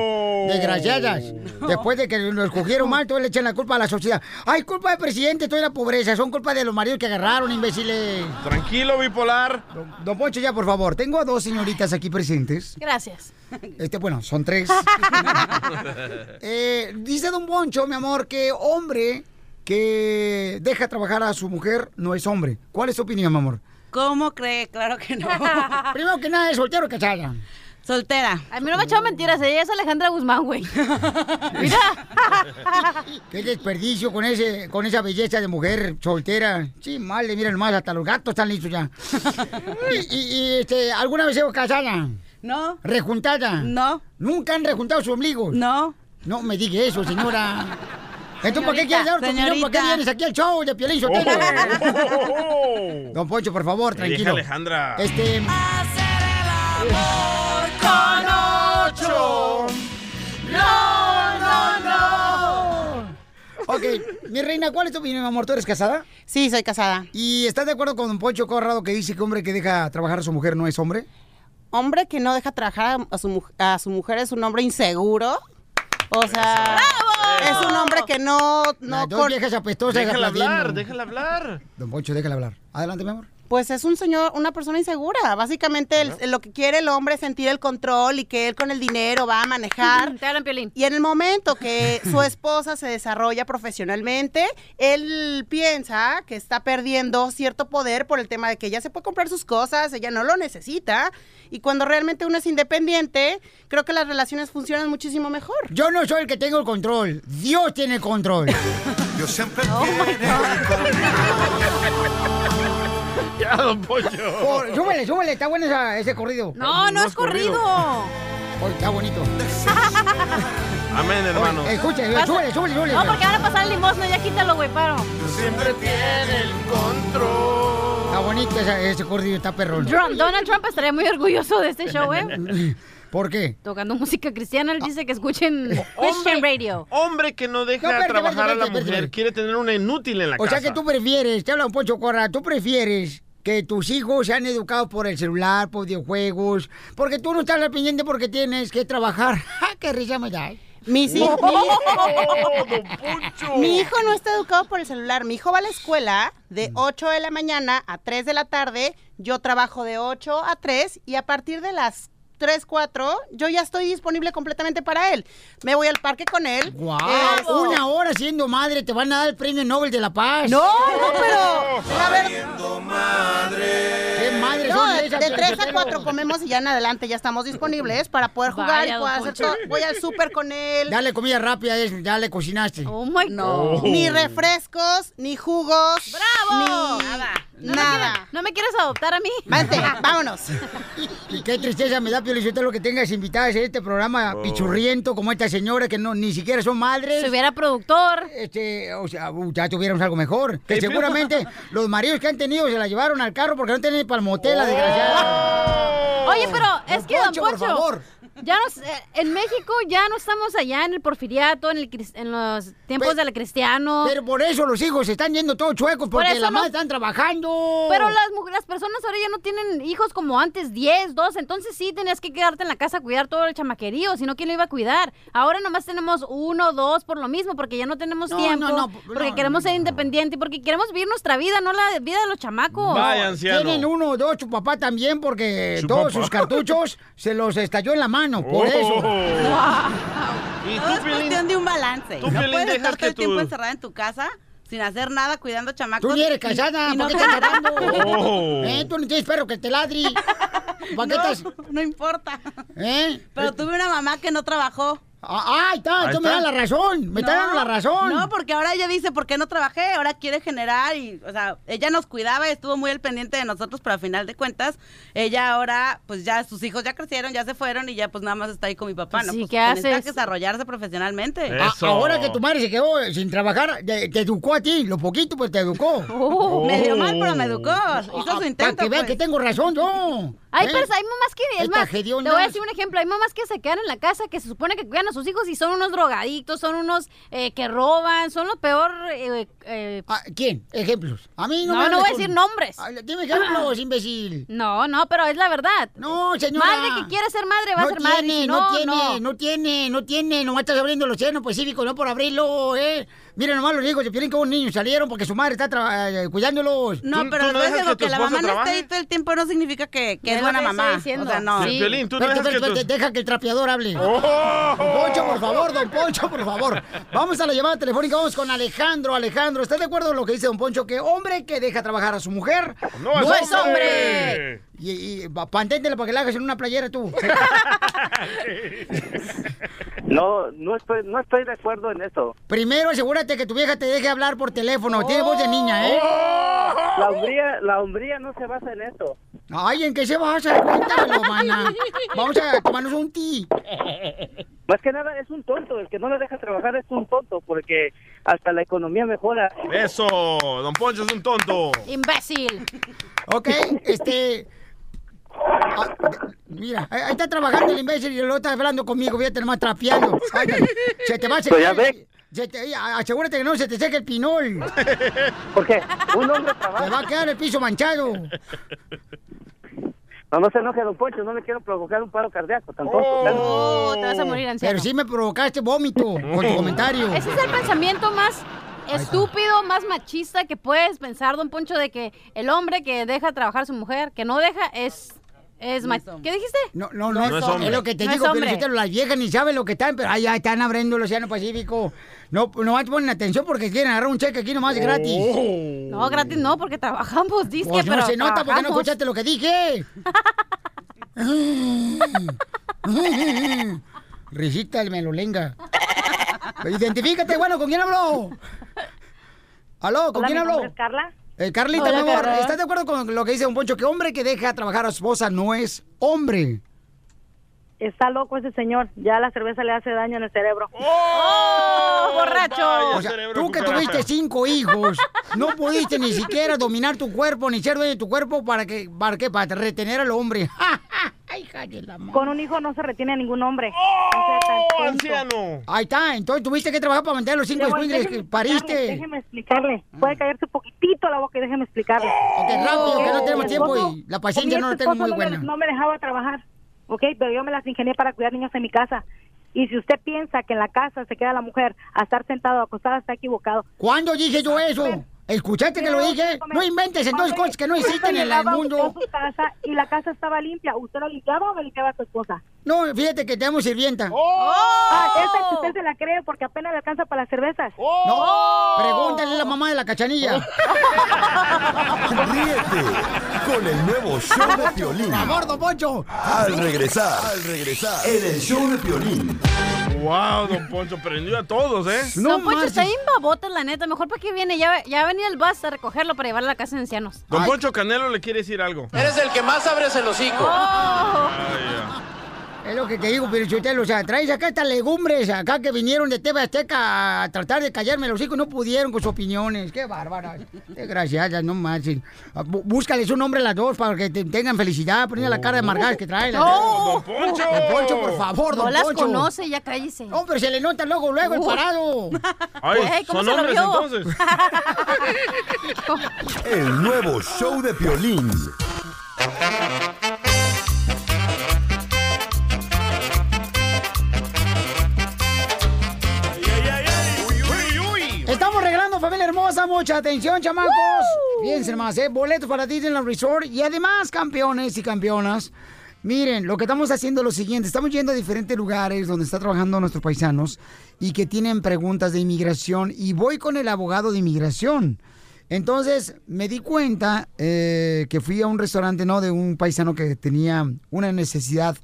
Desgraciadas. Después de que lo escogieron mal, todos le echan la culpa a la sociedad. Ay, culpa del presidente, toda la pobreza. Son culpa de los maridos que agarraron, imbéciles. Tranquilo, bipolar. Don, don Poncho, ya, por favor. Tengo a dos señoritas aquí presentes. Gracias. Este, bueno, son tres. Eh, dice Don Poncho, mi amor, que hombre que deja trabajar a su mujer no es hombre. ¿Cuál es tu opinión, mi amor? ¿Cómo cree? Claro que no. Primero que nada, ¿es soltero o cachada? Soltera. A mí no me ha echado mentiras, ella es Alejandra Guzmán, güey. Qué desperdicio con ese, con esa belleza de mujer soltera. Sí, mal, miren nomás, hasta los gatos están listos ya. y, y- y, este, ¿alguna vez se casada? No. ¿Rejuntada? No. ¿Nunca han rejuntado sus ombligos? No. No me diga eso, señora. Entonces, ¿para qué Señorita, quieres dar tu opinión? ¿Para qué señorita. vienes aquí al show de Piolín Sotelo? Don Poncho, por favor, Vieja tranquilo. Alejandra. Este... con ocho. No, no, no. Ok, mi reina, ¿cuál es tu opinión, mi amor? ¿Tú eres casada? Sí, soy casada. ¿Y estás de acuerdo con don Poncho Corrado que dice que hombre que deja trabajar a su mujer no es hombre? Hombre que no deja trabajar a, a su, mu- a su mujer es un hombre inseguro. O sea, es un hombre que no... no Las dos cor- viejas apestosas Déjala aplaudiendo. hablar, déjala hablar. Don Poncho, déjala hablar. Adelante, mi amor. Pues es un señor, una persona insegura. Básicamente el- lo que quiere el hombre es sentir el control y que él con el dinero va a manejar. Y en el momento que su esposa se desarrolla profesionalmente, él piensa que está perdiendo cierto poder por el tema de que ella se puede comprar sus cosas, ella no lo necesita. Y cuando realmente uno es independiente, creo que las relaciones funcionan muchísimo mejor. Yo no soy el que tengo el control. Dios tiene el control. Yo siempre Oh Ya, don Pollo. súbele, súbele. Está bueno esa- ese corrido. No, no es corrido. Hoy Oh, está bonito. Amén, hermano. Oye, escucha, súbele, súbele, súbele. No, porque van a pasar el limosno, ya quítalo, güey, paro. Siempre tiene el control. Está bonito ese, ese corrido, está perrón. Trump, Donald Trump estaría muy orgulloso de este show, ¿eh? ¿Por qué? Tocando música cristiana, él dice que escuchen Christian Radio. Hombre que no deja No, espérate, trabajar espérate, a la espérate, mujer, espérate. quiere tener una inútil en la O casa. sea que tú prefieres, te habla un Poncho Corra, tú prefieres que tus hijos sean educados por el celular, por videojuegos, porque tú no estás al pendiente porque tienes que trabajar. ¡Ja, qué risa me da! Mis hijos. hijos. Oh, Mi hijo no está educado por el celular. Mi hijo va a la escuela de Mm. 8 de la mañana a 3 de la tarde. Yo trabajo de 8 a 3 y a partir de las 3, 4, yo ya estoy disponible completamente para él. Me voy al parque con él. Este, ¡Guau! Es- Una hora siendo madre, te van a dar el premio Nobel de la Paz. No, no, pero, a ver. ¡Qué madre No, son de, esas, 3 a Piolín? 4 comemos y ya en adelante ya estamos disponibles para poder jugar Vaya, y poder don hacer Poncho. todo. Voy al súper con él. Dale comida rápida, es- ya le cocinaste. Oh my No. Ni refrescos, ni jugos. ¡Bravo! Ni Ah, Nada. No me nada. quieres- no me quieres adoptar a mí. Vente, vámonos. Y qué tristeza me da, Piolín, lo que tengas invitadas en este programa Oh. pichurriento, como esta señora que no ni siquiera son madres. Si hubiera productor. Este, o sea, uh, ya tuviéramos algo mejor. Que Ey, pero- seguramente los maridos que han tenido se la llevaron al carro porque no tenían para el motel, la Oh. desgraciada. Oye, pero es Don que Don Poncho, por Poncho, favor. ya nos, eh, en México ya no estamos allá en el porfiriato, en, el, cris- en los tiempos del cristiano. Pues, Pero por eso los hijos se están yendo todos chuecos Por porque eso las no- madres están trabajando. Pero las, mu- las personas ahora ya no tienen hijos como antes, 10, 12. Entonces sí tenías que quedarte en la casa a cuidar todo el chamaquerío, si no, ¿quién lo iba a cuidar? Ahora nomás tenemos uno, dos por lo mismo, porque ya no tenemos No, tiempo, no, no, porque no, queremos ser independientes y porque queremos vivir nuestra vida, no la vida de los chamacos. No, Tienen uno o dos, su papá también, porque Su todos papá. sus cartuchos se los estalló en la mano, por Oh. Oh. eso. Todo es cuestión de un balance. ¿Tú, no Piolín, puedes dejas estar todo que el tiempo tu- encerrada en tu casa sin hacer nada, cuidando chamacos. Tú ni eres casada, y ¿por no qué te- estás tratando? Oh. ¿Eh? Tú no tienes perro que te ladri. ¿Para qué No, estás? no importa. ¿Eh? Pero tuve una mamá que no trabajó. Ah, ahí está, Ahí tú me está. das la razón, me está No, dando la razón. No, porque ahora ella dice, ¿por qué no trabajé? Ahora quiere generar y, o sea, ella nos cuidaba, estuvo muy al pendiente de nosotros, pero al final de cuentas, ella ahora, pues ya sus hijos ya crecieron, ya se fueron y ya pues nada más está ahí con mi papá, ¿no? Sí, Pues ¿qué necesita haces? que desarrollarse profesionalmente. A- Ah, ahora que tu madre se quedó eh, sin trabajar, te, te educó a ti, lo poquito, pues te educó. Oh, Me dio mal, pero me educó. Hizo su intento. pues. Para que vean que tengo razón yo. Hay, ¿Eh? pers- hay mamás que, es Esta más, te hedionda. voy a decir un ejemplo, hay mamás que se quedan en la casa que se supone que cuidan a sus hijos y son unos drogadictos, son unos eh, que roban, son lo peor... eh, eh, Ah, ¿Quién? Ejemplos. A mí no me no, no hables voy a con- decir nombres. Ay, Dime ejemplos, imbécil. No, no, pero es la verdad. No, señora. Madre que quiere ser madre va no a ser tiene, madre. y si no, no, tiene, no. no. tiene, no tiene. Nomás estás abriendo el océano Pacífico, no por abrirlo, ¿eh? Mira, nomás los hijos se pierden que unos niños salieron porque su madre está tra- eh, cuidándolos. No, pero les voy a decir algo, que la mamá no esté ahí todo el tiempo no significa que, que Es es lo buena que estoy mamá. diciendo. O sea, no. Sí. Piolín, tú no Espérate, dejas que espérate, tus- deja que el trapeador hable. Don Poncho, por favor, don Poncho, por favor. Vamos a la llamada telefónica, vamos con Alejandro. Alejandro, ¿estás de acuerdo con lo que dice don Poncho? Que hombre que deja trabajar a su mujer No es hombre. Y, y pa- panténtela para que la hagas en una playera tú. No, no estoy, no estoy de acuerdo en eso. Primero asegúrate que tu vieja te deje hablar por teléfono. Tiene voz de niña, ¿eh? La hombría, la hombría no se basa en eso. Ay, ¿en qué se basa? Cuéntalo, mana. Vamos a tomarnos un ti. Más que nada es un tonto, el que no la deja trabajar es un tonto, porque hasta la economía mejora. Eso, don Poncho es un tonto. Imbécil. Ok, este. ah, mira, ahí ahí está trabajando el imbécil y luego está hablando conmigo. Fíjate nomás trapeando. Ándale, se te va a Pues ya secar- se te- a- asegúrate que no se te seque el pinol. ¿Por qué? Un hombre trabaja. Te va a quedar el piso manchado. No, no se enoje, don Poncho, no le quiero provocar un paro cardíaco tampoco. te vas a morir anciano. Pero sí me provocaste vómito con tu comentario. Ese es el pensamiento más estúpido, más machista que puedes pensar, don Poncho, de que el hombre que deja trabajar a su mujer, que no deja, es... Es No ma- es ¿Qué dijiste? No, no, no, es, hombre. lo que te No es digo, hombre. pero las viejas ni saben lo que están, pero allá están abriendo el Océano Pacífico. No, no más ponen atención porque quieren agarrar un cheque aquí nomás Oh. gratis. No, gratis no, porque trabajamos, dice, Pues no pero se nota porque no trabajamos. escuchaste lo que dije. Mm, Risita el melolenga. Identifícate, bueno, ¿con quién habló? ¿Aló? ¿Con Hola, quién mi habló? nombre es Carla. Eh, Carlita, Hola, mi amor, Carla. ¿estás de acuerdo con lo que dice un poncho? Que hombre que deja trabajar a su esposa no es hombre. Está loco ese señor. Ya la cerveza le hace daño en el cerebro. ¡Oh, O sea, tú que tuviste cinco hijos, no pudiste ni siquiera dominar tu cuerpo, ni ser dueño de tu cuerpo para que, para qué, para retener al hombre. ¡Ja! Con un hijo no se retiene a ningún hombre. anciano! Ahí está, entonces tuviste que trabajar para mantener los cinco escuincles que pariste. Ah. Déjeme explicarle. Puede caerse un poquitito la boca y déjeme explicarle. Ok, rápido, que no Eh, tenemos mi tiempo esposo- pues y la paciencia mi no la ex tengo esposo muy no me- buena. No me dejaba trabajar, ok, pero yo me las ingenié para cuidar niños en mi casa. Y si usted piensa que en la casa se queda la mujer a estar sentada o acostada, está equivocado. ¿Cuándo dije yo eso? ¿Escuchaste que lo dije? No inventes entonces cosas que no existen en el mundo. su casa y la casa estaba limpia. ¿Usted la limpiaba o la limpiaba su esposa? No, fíjate que tenemos sirvienta. Ah, esa que usted se la cree porque apenas le alcanza para las cervezas. No, pregúntale a la mamá de la cachanilla. Ríete con el nuevo show de Piolín. Amor, don Ah, Poncho. Ah, Al regresar, al regresar, en el show de Piolín. ¡Wow, don Poncho! Prendió a todos, ¿eh? don Poncho está bien babota, la neta. Mejor para que viene. Ya, ya venía el bus a recogerlo para llevarlo a la casa de ancianos. Don Poncho Canelo le quiere decir algo. Oh. Eres el que más abres el hocico. Es lo que te digo, Pirichotelo. O sea, traes acá estas legumbres acá que vinieron de Teba Azteca a tratar de callarme los hijos y no pudieron con sus opiniones. Qué bárbaras. Desgraciadas, no marchen. Ah, bú- Búscales un nombre a las dos para que te- tengan felicidad. Ponle la cara de amargadas que traen. las Oh. ¡No! dos. ¡Don Poncho! Don Poncho, por favor, No don las Poncho. conoce, ya cállese. No, pero se le nota luego, luego el Uh. parado. Ay, Güey, Pues, ¿eh? ¿cómo son se lo hombres, vio? entonces. El nuevo show de Piolín. Estamos regalando, familia hermosa, mucha atención, chamacos. Fíjense más, ¿eh? Boletos para Disneyland Resort. Y además, campeones y campeonas, miren, lo que estamos haciendo es lo siguiente. Estamos yendo a diferentes lugares donde están trabajando nuestros paisanos y que tienen preguntas de inmigración. Y voy con el abogado de inmigración. Entonces, me di cuenta eh, que fui a un restaurante, ¿no? De un paisano que tenía una necesidad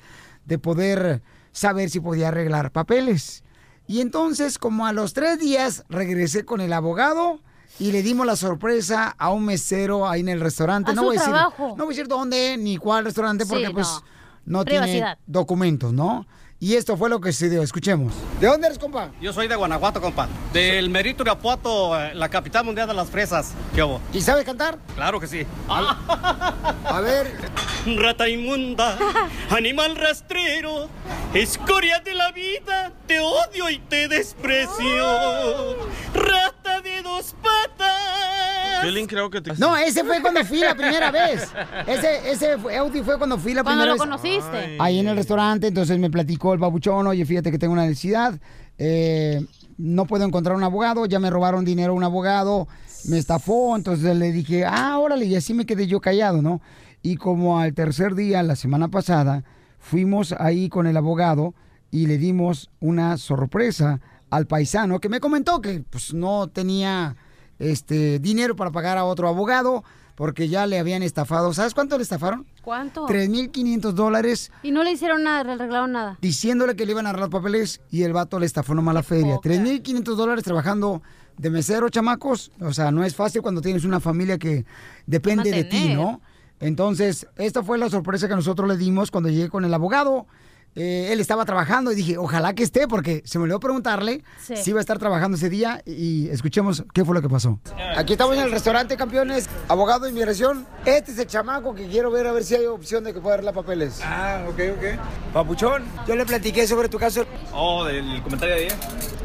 de poder saber si podía arreglar papeles. Y entonces, como a los tres días, regresé con el abogado y le dimos la sorpresa a un mesero ahí en el restaurante. A no su voy a trabajo. decir, no voy a decir dónde ni cuál restaurante porque Sí, pues no. no, Privacidad. tiene documentos, ¿no? Y esto fue lo que se dio. Escuchemos. ¿De dónde eres, compa? Yo soy de Guanajuato, compa. Del Merito Irapuato, eh, la capital mundial de las fresas. ¿Qué hubo? ¿Y sabes cantar? Claro que sí. Ah. A ver. Rata inmunda, animal rastrero, escoria de la vida, te odio y te Ah. desprecio. Rata de dos patas. Piolín creo que te... No, ese fue cuando fui la primera vez. Ese, ese fue- Audi fue cuando fui la Cuando primera lo vez. conociste. ahí en el restaurante, entonces me platicó el babuchón, oye, fíjate que tengo una necesidad, eh, no puedo encontrar un abogado, ya me robaron dinero a un abogado, me estafó, entonces le dije, ah, órale, y así me quedé yo callado, ¿no? Y como al tercer día, la semana pasada, fuimos ahí con el abogado y le dimos una sorpresa al paisano que me comentó que pues no tenía este dinero para pagar a otro abogado porque ya le habían estafado. ¿Sabes cuánto le estafaron? ¿Cuánto? 3.500 dólares Y no le hicieron nada, le arreglaron nada. diciéndole que le iban a arreglar papeles y el vato le estafó nomás la feria. 3.500 dólares trabajando de mesero, chamacos. O sea, no es fácil cuando tienes una familia que depende de ti, Mantener. ¿no? Entonces, esta fue la sorpresa que nosotros le dimos cuando llegué con el abogado. Eh, él estaba trabajando y dije, ojalá que esté, porque se me olvidó preguntarle Sí. si iba a estar trabajando ese día y escuchemos qué fue lo que pasó. Aquí estamos en el restaurante, campeones, abogado de inmigración. Este es el chamaco que quiero ver a ver si hay opción de que pueda arreglar papeles. Ah, ok, ok. Papuchón. Yo le platiqué sobre tu caso. Oh, del comentario de ayer.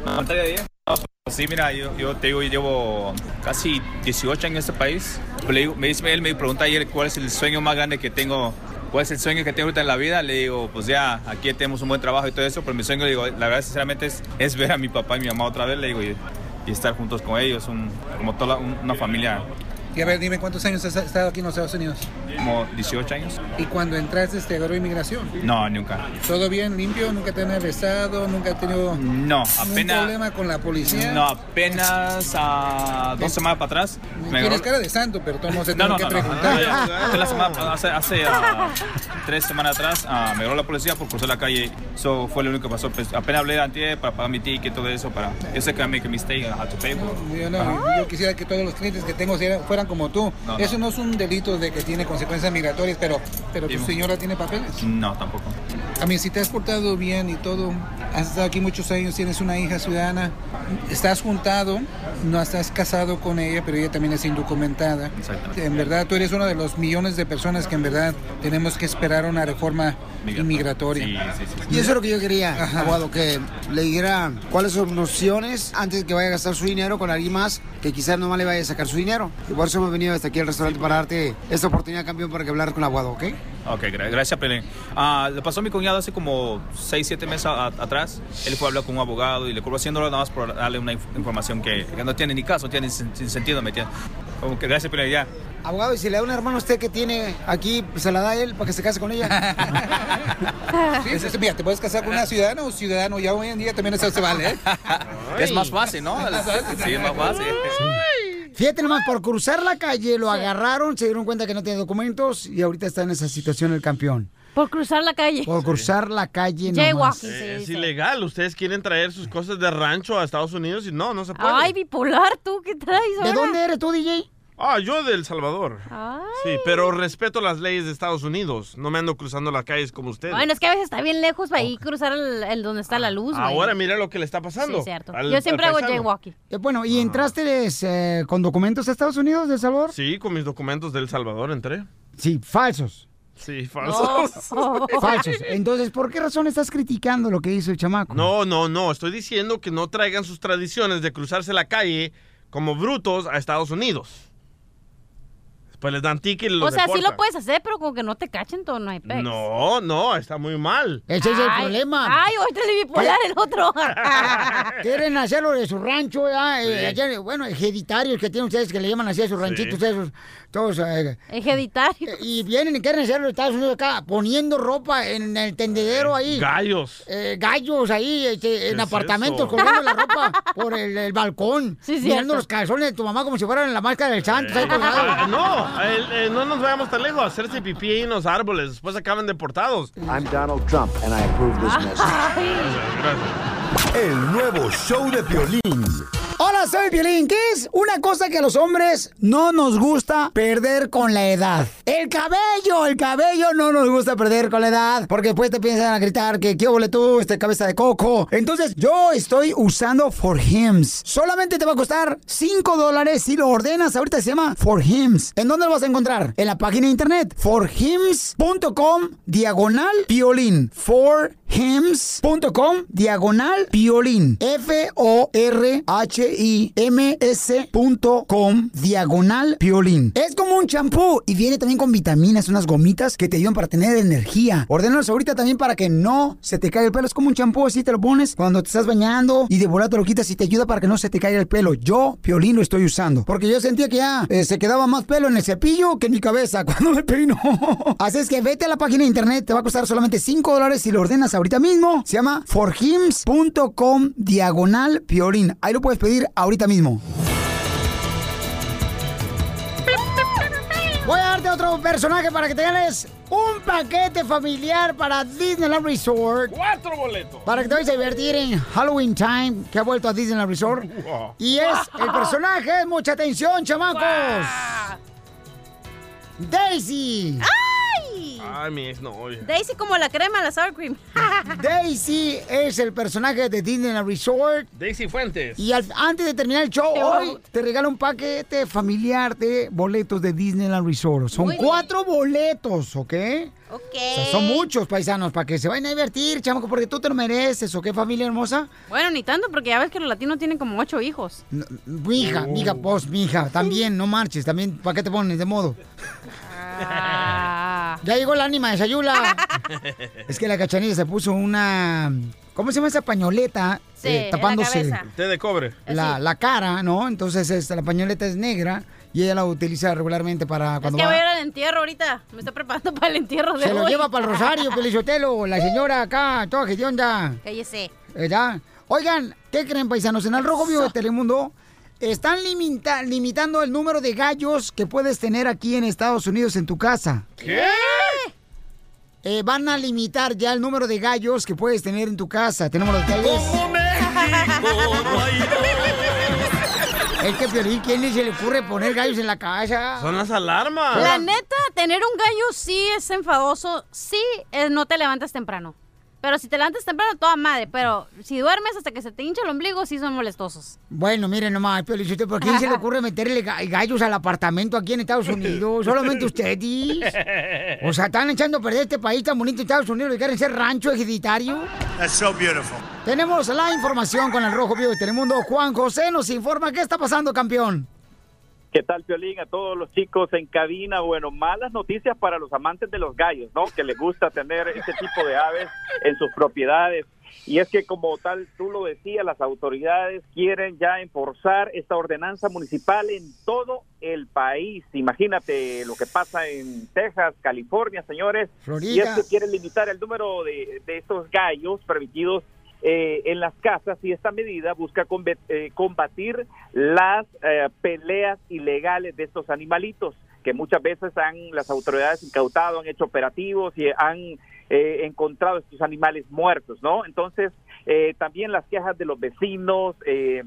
Comentario de ayer. Ah, pues Sí, mira, yo, yo te digo, yo llevo casi 18 en este país. Le digo- me dice, él me pregunta ayer cuál es el sueño más grande que tengo, cuál es el sueño que tengo ahorita en la vida. Le digo, pues ya, aquí tenemos un buen trabajo y todo eso, pero mi sueño, le digo, la verdad, sinceramente, es, es ver a mi papá y mi mamá otra vez. Le digo, y, y estar juntos con ellos, un- como toda la- un- una familia, Y a ver, dime cuántos años has estado aquí en los Estados Unidos. como 18 años. Y cuando entraste, ¿te agarró inmigración? No, nunca. ¿Todo bien, limpio? ¿Nunca te han arrestado? ¿Nunca has tenido No, un apenas... problema con la policía? No, apenas a dos semanas para atrás me agarró- Tienes cara de santo, pero todos se No, tengo no, que no, no, no, preguntar. no, no, no, la semana- hace, hace, ah, tres semanas atrás ah, me agarró la policía por cruzar la calle. Eso fue lo único que pasó. Pues, apenas hablé antes para pagar mi ticket, todo eso. Para, yo sé que I make a mistake, I have to pay. Yo, no, yo quisiera que todos los clientes que tengo fueran- fueran como tú. No, no. Eso no es un delito de que tiene consecuencias migratorias, pero, pero tu Sí. señora tiene papeles. No, tampoco. A mí, si te has portado bien y todo, has estado aquí muchos años, tienes una hija ciudadana, estás juntado, no estás casado con ella, pero ella también es indocumentada. Exactamente. En verdad, tú eres uno de los millones de personas que en verdad tenemos que esperar una reforma inmigratoria. Y eso es lo que yo quería, abogado, que le dijera cuáles son sus opciones antes de que vaya a gastar su dinero con alguien más que quizás nomás le vaya a sacar su dinero. Y por eso hemos venido hasta aquí al restaurante para darte esta oportunidad, campeón, para que hablar con el abogado, ¿ok? Ok, gra- gracias, Pelén. Ah, le pasó a mi cuñado hace como 6, 7 meses a- atrás. Él fue a hablar con un abogado y le cobró 100 dólares nada más por darle una inf- información que, que no tiene ni caso, no tiene sin, sin sentido, ¿me entiendes? Como que gracias, Pelén, ya. Abogado, y si le da un hermano a usted que tiene aquí, pues, se la da a él para que se case con ella. Sí, es- es- mira, te puedes casar con una ciudadana o ciudadano, ya hoy en día también eso se vale. ¿eh? Es más fácil, ¿no? Sí, es más fácil. Fíjate nomás, por cruzar la calle lo agarraron, se dieron cuenta que no tenía documentos y ahorita está en esa situación el campeón. Por cruzar la calle. Por cruzar la calle nomás. Jaywalking. Eh, es ilegal. Ustedes quieren traer sus cosas de rancho a Estados Unidos y no, no se puede. Ay, bipolar, tú, ¿qué traes ahora? Ah. eres tú, DJ? Ah, yo del Salvador. Ay. Sí, pero respeto las leyes de Estados Unidos. No me ando cruzando las calles como ustedes. Bueno, es que a veces está bien lejos para ir cruzar el, el donde está la luz. güey. Ahora mira lo que le está pasando. pues, Sí, cierto. al- Yo siempre al hago paisano. jaywalking. Eh, Bueno, ¿y entraste eh, con documentos a Estados Unidos, de El Salvador? Sí, con mis documentos del Salvador entré. Sí, falsos. Sí, falsos. Falsos. Entonces, ¿por qué razón estás criticando lo que hizo el chamaco? No, no, no. Estoy diciendo que no traigan sus tradiciones de cruzarse la calle como brutos a Estados Unidos. Después les dan ticket y los o sea, sí deportan. lo puedes hacer, pero como que no te cachen, todo no hay pex. No, no, está muy mal. Ese es el problema. Ay, ahorita el bipolar, el otro. Pues, Quieren hacerlo de su rancho, ¿verdad? Eh, Sí. allá, bueno, ejeditarios que tienen ustedes que le llaman así a sus ranchitos, esos, todos. eh, ejeditarios. y vienen y quieren hacerlo de Estados Unidos acá, poniendo ropa en el tendedero ahí. Gallos. Eh, gallos ahí, este, en es apartamentos, eso? colgando la ropa por el, el balcón, Sí, mirando cierto. los calzones de tu mamá como si fueran la máscara del Santos. ahí Eh, colgados. eh, no, el- eh, no nos vayamos tan lejos. Hacerse pipí ahí en los árboles. Después acaban deportados. Ah. I'm Donald Trump, and I approve this El nuevo show de violín. Hola, soy Piolín. ¿Qué es una cosa que a los hombres no nos gusta perder con la edad? El cabello, el cabello no nos gusta perder con la edad, porque después te piensan a gritar que qué ole tú, este cabeza de coco. Entonces, yo estoy usando For Hims. Solamente te va a costar 5 dólares si lo ordenas. Ahorita se llama For Hims. ¿En dónde lo vas a encontrar? En la página de internet, forhims.com diagonal piolín. Forhims.com diagonal piolín. F-O-R-H-I-M-S.com diagonal piolín. Es como un champú y viene también con vitaminas, unas gomitas que te ayudan para tener energía. Ordenalos ahorita también para que no se te caiga el pelo. Es como un champú, así te lo pones cuando te estás bañando y de volada te lo quitas y te ayuda para que no se te caiga el pelo. Yo, piolín, lo estoy usando porque yo sentía que ya eh, se quedaba más pelo en el cepillo que en mi cabeza cuando me peino. Así es que vete a la página de internet, te va a costar solamente 5 dólares si lo ordenas ahorita mismo. Se llama forhims.com diagonal piolín. Ahí lo puedes pedir ahorita mismo. Voy a darte otro personaje para que te ganes un paquete familiar para Disneyland Resort. Cuatro boletos. Para que te vayas a divertir en Halloween Time, que ha vuelto a Disneyland Resort. Y es el personaje, mucha atención, chamacos. Daisy. ¡Ay! Ay, mi ex novia. Daisy como la crema, la sour cream. Daisy es el personaje de Disneyland Resort. Daisy Fuentes. Y al- antes de terminar el show, Qué hoy guapo. te regalo un paquete familiar de boletos de Disneyland Resort. Son Muy bien. cuatro boletos, ¿ok? Ok. O sea, son muchos paisanos para que se vayan a divertir, chamaco, porque tú te lo mereces, ¿ok, familia hermosa? Bueno, ni tanto, porque ya ves que los latinos tienen como ocho hijos. No, mija, Oh. mija, vos, mija, también, no marches, también, ¿para qué te pones de modo? Ah. Ya llegó la ánima de Sayula. es que la cachanilla se puso una. ¿Cómo se llama esa pañoleta? Sí, eh, en la tapándose cabeza. Té de cobre. Eh, la, la cara, ¿no? Entonces este, la pañoleta es negra y ella la utiliza regularmente para Es cuando que Ah, va. voy a ir al entierro ahorita. Me estoy preparando para el entierro de Se lo hoy. lleva para el Rosario, Pelizotelo, la señora acá, toda gedionda. Cállese. ¿Verdad? Oigan, ¿qué creen, paisanos? En el Rojo Vivo de Telemundo están limita- limitando el número de gallos que puedes tener aquí en Estados Unidos en tu casa. ¿Qué? Eh, van a limitar ya el número de gallos que puedes tener en tu casa. Tenemos los detalles. Es que, Piolín, ¿quién se le ocurre poner gallos en la casa? Son las alarmas. La neta, tener un gallo sí es enfadoso, sí eh, no te levantas temprano. Pero si te levantas temprano, toda madre. Pero si duermes hasta que se te hincha el ombligo, sí son molestosos. Bueno, miren nomás, Piolichote, ¿por qué se le ocurre meterle ga- gallos al apartamento aquí en Estados Unidos? Solamente ustedes. O sea, están echando a perder este país tan bonito, Estados Unidos, y quieren ser rancho ejiditario. That's so beautiful. Tenemos la información con el Rojo Vivo de Telemundo. Juan José nos informa qué está pasando, campeón. ¿Qué tal, Piolín? A todos los chicos en cabina. Bueno, malas noticias para los amantes de los gallos, ¿no? Que les gusta tener este tipo de aves en sus propiedades. Y es que, como tal, tú lo decías, las autoridades quieren ya enforzar esta ordenanza municipal en todo el país. Imagínate lo que pasa en Texas, California, señores. Florida. Y es que quieren limitar el número de, de estos gallos permitidos eh, en las casas y esta medida busca combe- eh, combatir las eh, peleas ilegales de estos animalitos que muchas veces han las autoridades incautado, han hecho operativos y han eh, encontrado estos animales muertos, ¿no? Entonces, eh, también las quejas de los vecinos, eh,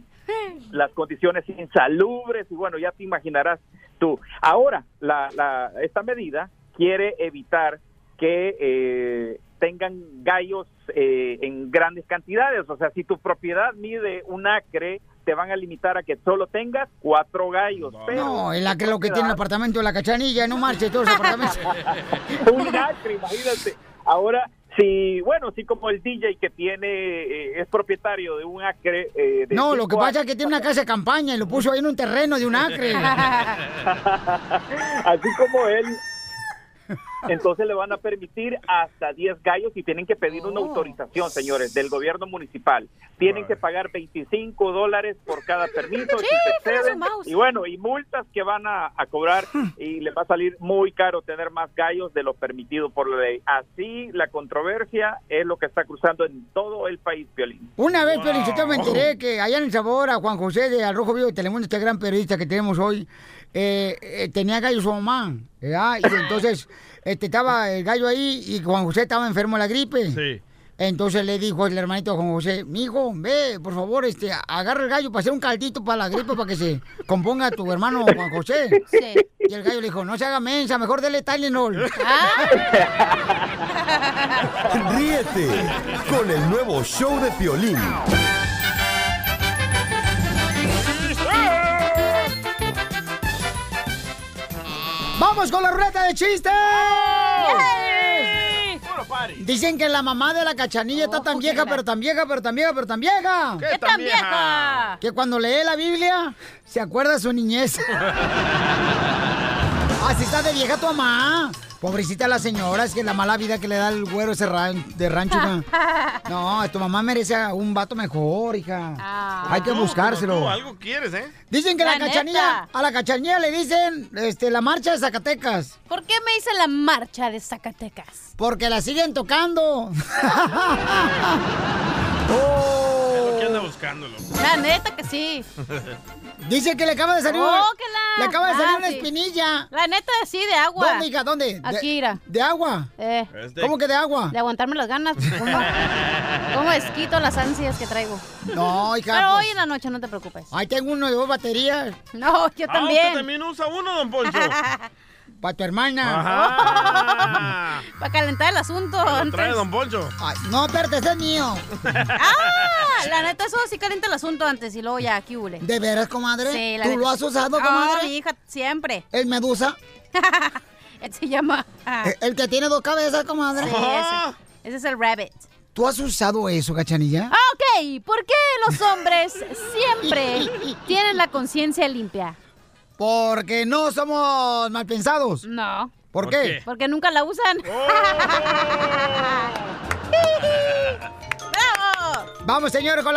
las condiciones insalubres y bueno, ya te imaginarás tú. Ahora, la, la- esta medida quiere evitar que eh, tengan gallos eh, en grandes cantidades. O sea, si tu propiedad mide un acre, te van a limitar a que solo tengas cuatro gallos. pero No, en si la tu que lo que tiene el propiedad- apartamento de la cachanilla, no marche todo ese apartamento. un acre, imagínate. Ahora, si, bueno, si como el DJ que tiene, eh, es propietario de un acre. eh, de No, lo cinco que pasa acres, es que tiene una casa de campaña y lo puso ahí en un terreno de un acre. Así como él. Entonces le van a permitir hasta 10 gallos y tienen que pedir Oh. una autorización, señores, del gobierno municipal. Tienen que pagar 25 dólares por cada permiso. si Sí, se pero es exceden. un mouse. y bueno, y multas que van a, a cobrar y les va a salir muy caro tener más gallos de lo permitido por la ley. Así la controversia es lo que está cruzando en todo el país, Violín. Una vez, Piolín, yo me enteré que allá en El Sabor, a Juan José de Al Rojo Vivo de Telemundo, este gran periodista que tenemos hoy, eh, eh, tenía gallo su mamá, ¿verdad? Y entonces este, estaba el gallo ahí y Juan José estaba enfermo de la gripe. Sí. Entonces le dijo el hermanito a Juan José, mijo, ve, por favor, este, agarra el gallo para hacer un caldito para la gripe para que se componga tu hermano Juan José. Y el gallo le dijo, no se haga mensa, mejor dele Tylenol. Ríete con el nuevo show de Piolín. ¡Vamos con la ruleta de chistes! Dicen que la mamá de la cachanilla está tan vieja, pero tan vieja, pero tan vieja, pero tan vieja. ¿Qué tan vieja? Que cuando lee la Biblia, se acuerda de su niñez. Así está de vieja tu mamá. Pobrecita la señora, es que la mala vida que le da el güero ese ran- de rancho. hija. No, tu mamá merece a un vato mejor, hija. Hay que Tú, como tú, buscárselo. algo quieres, ¿eh? Dicen que la, La cachanilla, neta. a la cachanilla le dicen este, la marcha de Zacatecas. ¿Por qué me hice la marcha de Zacatecas? Porque la siguen tocando. Oh. Es lo que anda buscándolo. La neta que sí. Dice que le acaba de salir. Oh, una- que la- Le acaba de salir Ah, una sí. espinilla. La neta sí, de agua. ¿Dónde, hija? ¿Dónde? Aquí, De- mira. ¿De agua? Eh. ¿Cómo que de agua? De aguantarme las ganas. ¿Cómo, cómo esquito las ansias que traigo? No, hija, Pero pues- hoy en la noche, no te preocupes. Ahí tengo uno de dos baterías. No, yo Ah, también. usted también usa uno, don Poncho. Para tu hermana. Ajá. Para calentar el asunto. Lo trae antes. don Poncho. Ay, no, espérate, ese es mío. Ah, la neta, eso sí calienta el asunto antes y luego ya aquí hule. ¿De veras, comadre? Sí, la ¿Tú neta. lo has usado, comadre? Ah, mi hija, siempre. ¿El medusa? Él se llama. ah, El- El que tiene dos cabezas, comadre. sí, Ah. ese. Ese es el rabbit. ¿Tú has usado eso, cachanilla? Ah, ok. ¿Por qué los hombres siempre tienen la conciencia limpia? Porque no somos mal pensados. No. ¿Por qué? Oh. Porque nunca la usan. ¡Bravo! Vamos, señor, con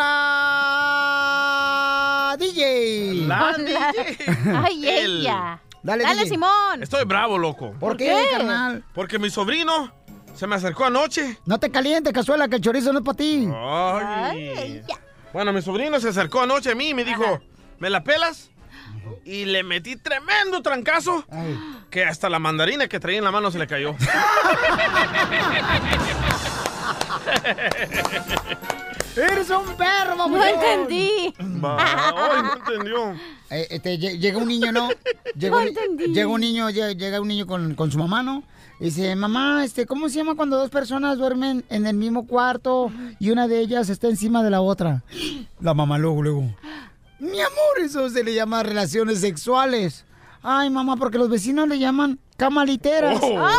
la DJ. La DJ. Ay, El- ella. Dale, DJ. Simón. Estoy bravo, loco. ¿Por qué, qué? carnal? Porque mi sobrino se me acercó anoche. No te calientes, cazuela, que el chorizo no es para ti. Oh. Ay. Bueno, mi sobrino se acercó anoche a mí y me dijo, ¿me la pelas? Y le metí tremendo trancazo que hasta la mandarina que traía en la mano se le cayó. ¡Eres un perro, babuchón! No entendí. Ay, no entendió. Eh, este, lle- llega un niño, ¿no? Llega, No un, entendí. llega un niño, lle- llega un niño con, con su mamá, ¿no? Y dice, mamá, este, ¿cómo se llama cuando dos personas duermen en el mismo cuarto y una de ellas está encima de la otra? La mamá luego, luego. Mi amor, eso se le llama relaciones sexuales. Ay, mamá, porque los vecinos le llaman camaliteras. Oh. ¡Ah!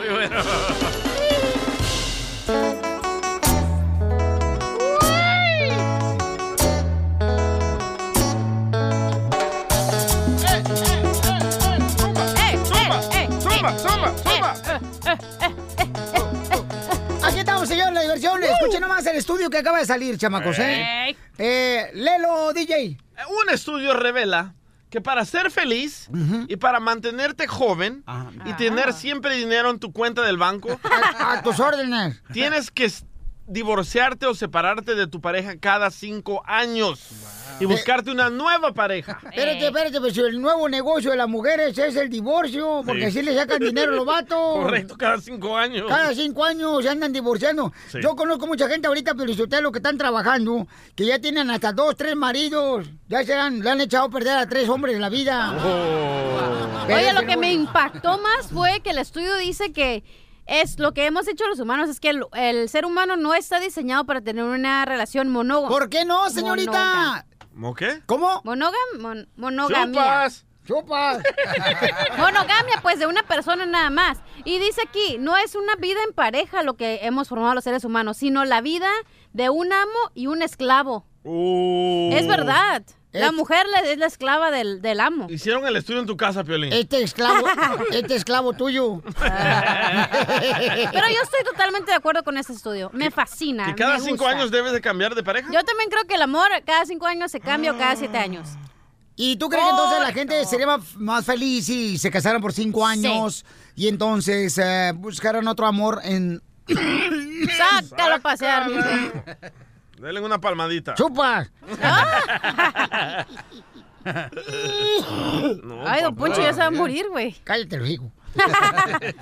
Muy bueno. Zumba, zumba, Aquí estamos, señor, la diversión. Escuchen nomás el estudio que acaba de salir, chamacos, ¿eh? Eh, Lelo, DJ. Eh, Un estudio revela que para ser feliz y para mantenerte joven y Ah. tener siempre dinero en tu cuenta del banco, A tus órdenes. tienes que s- divorciarte o separarte de tu pareja cada cinco años y buscarte una nueva pareja. Eh. Eh. Espérate, espérate, pues el nuevo negocio de las mujeres es el divorcio, porque Sí. así le sacan dinero a los vatos. Correcto, cada cinco años. Cada cinco años se andan divorciando. Sí. Yo conozco mucha gente ahorita, los que están trabajando, que ya tienen hasta dos, tres maridos. Ya se han, le han echado a perder a tres hombres en la vida. Oye, lo que me impactó más fue que el estudio dice que es lo que hemos hecho los humanos, es que el, el ser humano no está diseñado para tener una relación monógama. ¿Por qué no, señorita? ¿Cómo qué? ¿Cómo? Monógam, mon- monogamia. Chupas. Chupas. monogamia, pues, de una persona nada más. Y dice aquí, no es una vida en pareja lo que hemos formado los seres humanos, sino la vida de un amo y un esclavo. Uh. Es verdad. La Eh. mujer le- es la esclava del, del amo. Hicieron el estudio en tu casa, Piolín. Este esclavo, este esclavo tuyo. Pero yo estoy totalmente de acuerdo con este estudio. Me fascina. Que cada Ah, me cinco gusta. años debes de cambiar de pareja. Yo también creo que el amor cada cinco años se cambia o cada siete años. ¿Y tú crees que entonces la gente sería más- más feliz si se casaran por cinco años y entonces eh, buscaran otro amor en... Sácalo a pasear. Dale una palmadita. ¡Chupa! Ah. Ay, don Poncho ya se va a morir, güey. Cállate, lo digo.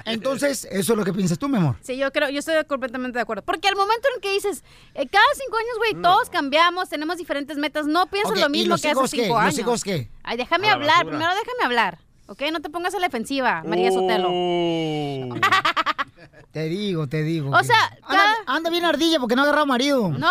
Entonces, eso es lo que piensas tú, mi amor. Sí, yo creo, yo estoy completamente de acuerdo. Porque al momento en que dices, eh, cada cinco años, güey, todos cambiamos, tenemos diferentes metas, no piensas Ok, lo ¿y mismo los que hace hijos qué? cinco ¿Los años. hijos qué? Ay, déjame A la hablar, basura. Uh. primero déjame hablar, ¿ok? No te pongas a la defensiva, Ah, María Sotelo. Te digo, te digo. O que- sea, Anda, anda bien ardilla porque no ha agarrado marido. No,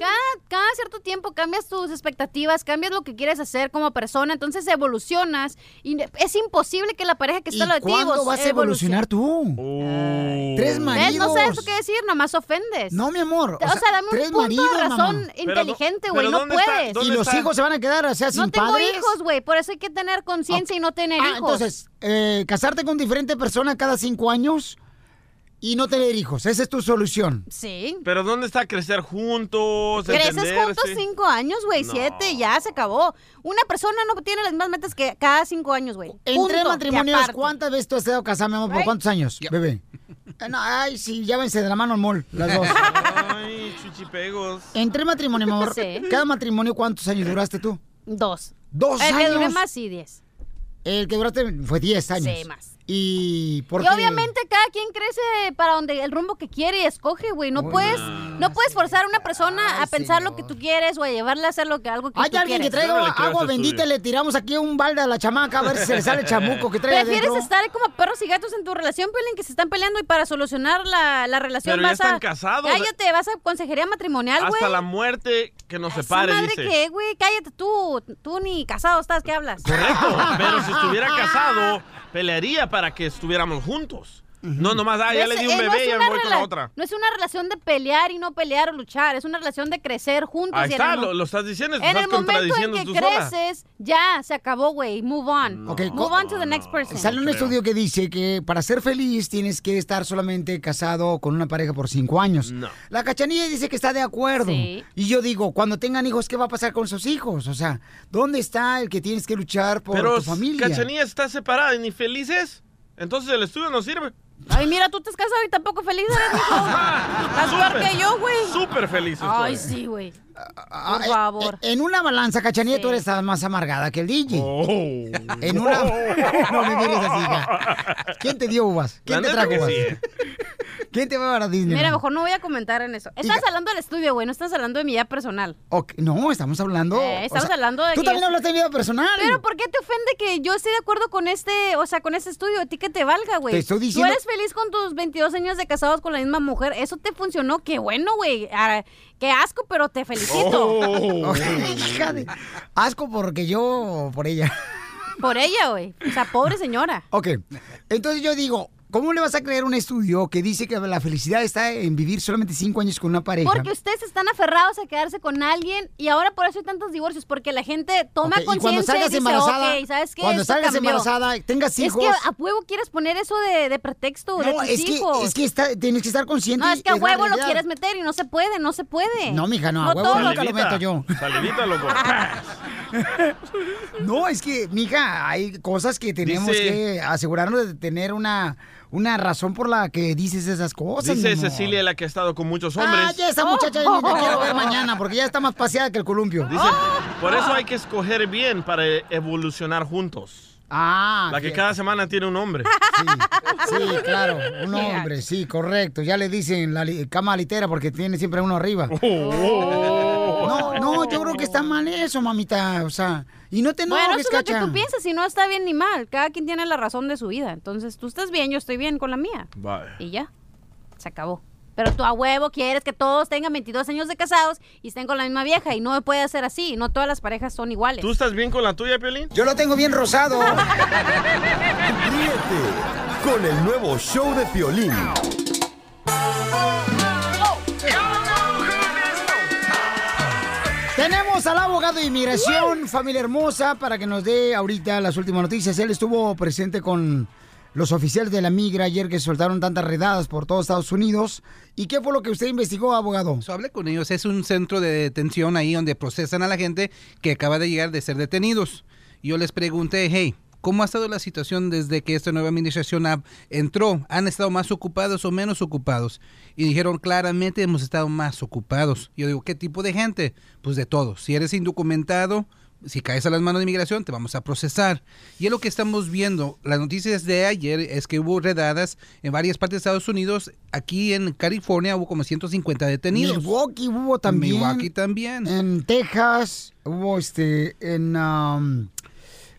cada, cada cierto tiempo cambias tus expectativas, cambias lo que quieres hacer como persona, entonces evolucionas y ne- es imposible que la pareja que ¿Y está a lo de ti cuándo evol- vas a evolucionar tú? Oh. Tres ¿Ves? maridos. No sabes tú qué decir, nomás ofendes. No, mi amor. O sea, dame un tres punto de maridos, razón mamá. inteligente, güey, Pero no ¿dónde está- puedes. dónde y los está? hijos se van a quedar, o sea, sin no tengo padres. hijos, güey, por eso hay que tener conciencia y no tener Ah, hijos. entonces, eh, casarte con diferente persona cada cinco años y no tener hijos. Esa es tu solución. Sí. Pero ¿dónde está crecer juntos? Creces entenderse? juntos cinco años, güey, No. siete, ya se acabó. Una persona no tiene las mismas metas que cada cinco años, güey. Entre Punto, y matrimonios, aparte. ¿cuántas veces tú has estado casada, mi amor? ¿Por Ay. cuántos años, bebé? Eh, no, ay, sí, llávense de la mano al mall, las dos. Ay, chuchipegos. Entre matrimonio, mi amor. Sí. Cada matrimonio, ¿cuántos años duraste tú? Dos. ¿Dos El años? que dure más, sí, diez. El que duraste fue 10 años. Sí, más. Y por Y obviamente cada quien crece para donde el rumbo que quiere y escoge, güey. No puedes, no puedes forzar a una persona a pensar lo que tú quieres o a llevarle a hacer lo que algo que Hay tú alguien que quieres. traiga agua bendita y le tiramos aquí un balde a la chamaca a ver si se le sale el chamuco que trae ¿Prefieres adentro. estar como perros y gatos en tu relación, Pelín, que se están peleando y para solucionar la, la relación Pero ya vas a... están casados. Cállate, vas a consejería matrimonial, güey. Hasta la muerte que nos separe, madre dice. que, güey, cállate tú. Tú ni casado estás, ¿qué hablas? Correcto, pero si estuviera casado, pelearía para que estuviéramos juntos. No, nomás, ah, ya le No es- di un eh, no bebé es y ya una me voy con la rela- otra. No es una relación de pelear y no pelear o luchar, es una relación de crecer juntos. Ahí y en está, el mo- lo, lo estás diciendo, En estás el momento en contradiciendo que tú sola. creces, ya, se acabó, güey, move on. Ok, move co- on to the next person. Sale un estudio que dice que para ser feliz tienes que estar solamente casado con una pareja por cinco años. La cachanilla dice que está de acuerdo. Sí. Y yo digo, cuando tengan hijos, ¿qué va a pasar con sus hijos? O sea, ¿dónde está el que tienes que luchar por Pero tu familia? Cachanilla está separada y ni feliz es. Entonces el estudio no sirve. Ay, mira, tú estás casado y tampoco feliz eres, mijo. Estás Súper, peor que yo, güey. Súper feliz Ay, estoy. sí, güey. Ah, Por eh, favor. eh, En una balanza, cachanilla, tú eres más amargada que el DJ. Oh. En una. no me mires así, ya. ¿Quién te dio uvas? ¿Quién La te neta trajo que uvas? sí, eh. ¿Quién te va a dar Disney? Mira, mejor no voy a comentar en eso. Estás Diga- hablando del estudio, güey, no estás hablando de mi vida personal. Ok, No, estamos hablando. Eh, o estamos sea, hablando de Tú que también yo- hablaste de mi vida personal. Pero ¿por qué te ofende que yo esté de acuerdo con este, o sea, con este estudio? A ti que te valga, güey. Te estoy diciendo- Tú eres feliz con tus 22 años de casados con la misma mujer. Eso te funcionó, qué bueno, güey. Ah, qué asco, pero te felicito. Hija de- pues, Asco porque yo, por ella. Por ella, güey. O sea, pobre señora. Ok, entonces yo digo, ¿cómo le vas a creer un estudio que dice que la felicidad está en vivir solamente cinco años con una pareja? Porque ustedes están aferrados a quedarse con alguien y ahora por eso hay tantos divorcios, porque la gente toma Ok, y cuando conciencia y salgas dice, embarazada, ok, ¿sabes qué? cuando Esto salgas cambió". embarazada, tengas hijos- Es que a huevo quieres poner eso de, de pretexto de no, tus es que, hijos. es que está- tienes que estar consciente. No, es que a la huevo lo realidad. quieres meter y no se puede, no se puede. No, mija, no, a huevo todos. nunca lo meto yo. Salivita, loco. No, es que, mija, hay cosas que tenemos Dice- que asegurarnos de tener una, una razón por la que dices esas cosas. mi Dice amor. Cecilia, la que ha estado con muchos hombres. Oh, Ay, esa muchacha yo ni la quiero ver mañana porque ya está más paseada que el columpio. Dice, por eso hay que escoger bien para evolucionar juntos. Ah, La que que- cada semana tiene un hombre. Sí, claro, un hombre, sí, correcto. Ya le dicen la li- cama litera porque tiene siempre uno arriba. Oh, No, no, yo creo que está mal eso, mamita. O sea, y no te enojes, bueno, eso es lo que Cacha. tú piensas y no está bien ni mal. Cada quien tiene la razón de su vida. Entonces, tú estás bien, yo estoy bien con la mía. Y ya, se acabó. Pero tú a huevo quieres que todos tengan 22 años de casados y estén con la misma vieja y no puede ser así. No todas las parejas son iguales. ¿Tú estás bien con la tuya, Piolín? Yo lo tengo bien rosado. Ríete con el nuevo show de Piolín. Tenemos al abogado de inmigración, familia hermosa, para que nos dé ahorita las últimas noticias. Él estuvo presente con los oficiales de la migra ayer que soltaron tantas redadas por todo Estados Unidos. ¿Y qué fue lo que usted investigó, abogado? So, hablé con ellos. Es un centro de detención ahí donde procesan a la gente que acaba de llegar de ser detenidos. Yo les pregunté, hey, ¿cómo ha estado la situación desde que esta nueva administración ha- entró? ¿Han estado más ocupados o menos ocupados? Y dijeron, claramente hemos estado más ocupados. Yo digo, ¿qué tipo de gente? Pues de todo. Si eres indocumentado, si caes a las manos de inmigración, te vamos a procesar. Y es lo que estamos viendo. Las noticias de ayer es que hubo redadas en varias partes de Estados Unidos. Aquí en California hubo como 150 detenidos. Milwaukee hubo también. Milwaukee también. En Texas, hubo este, en um,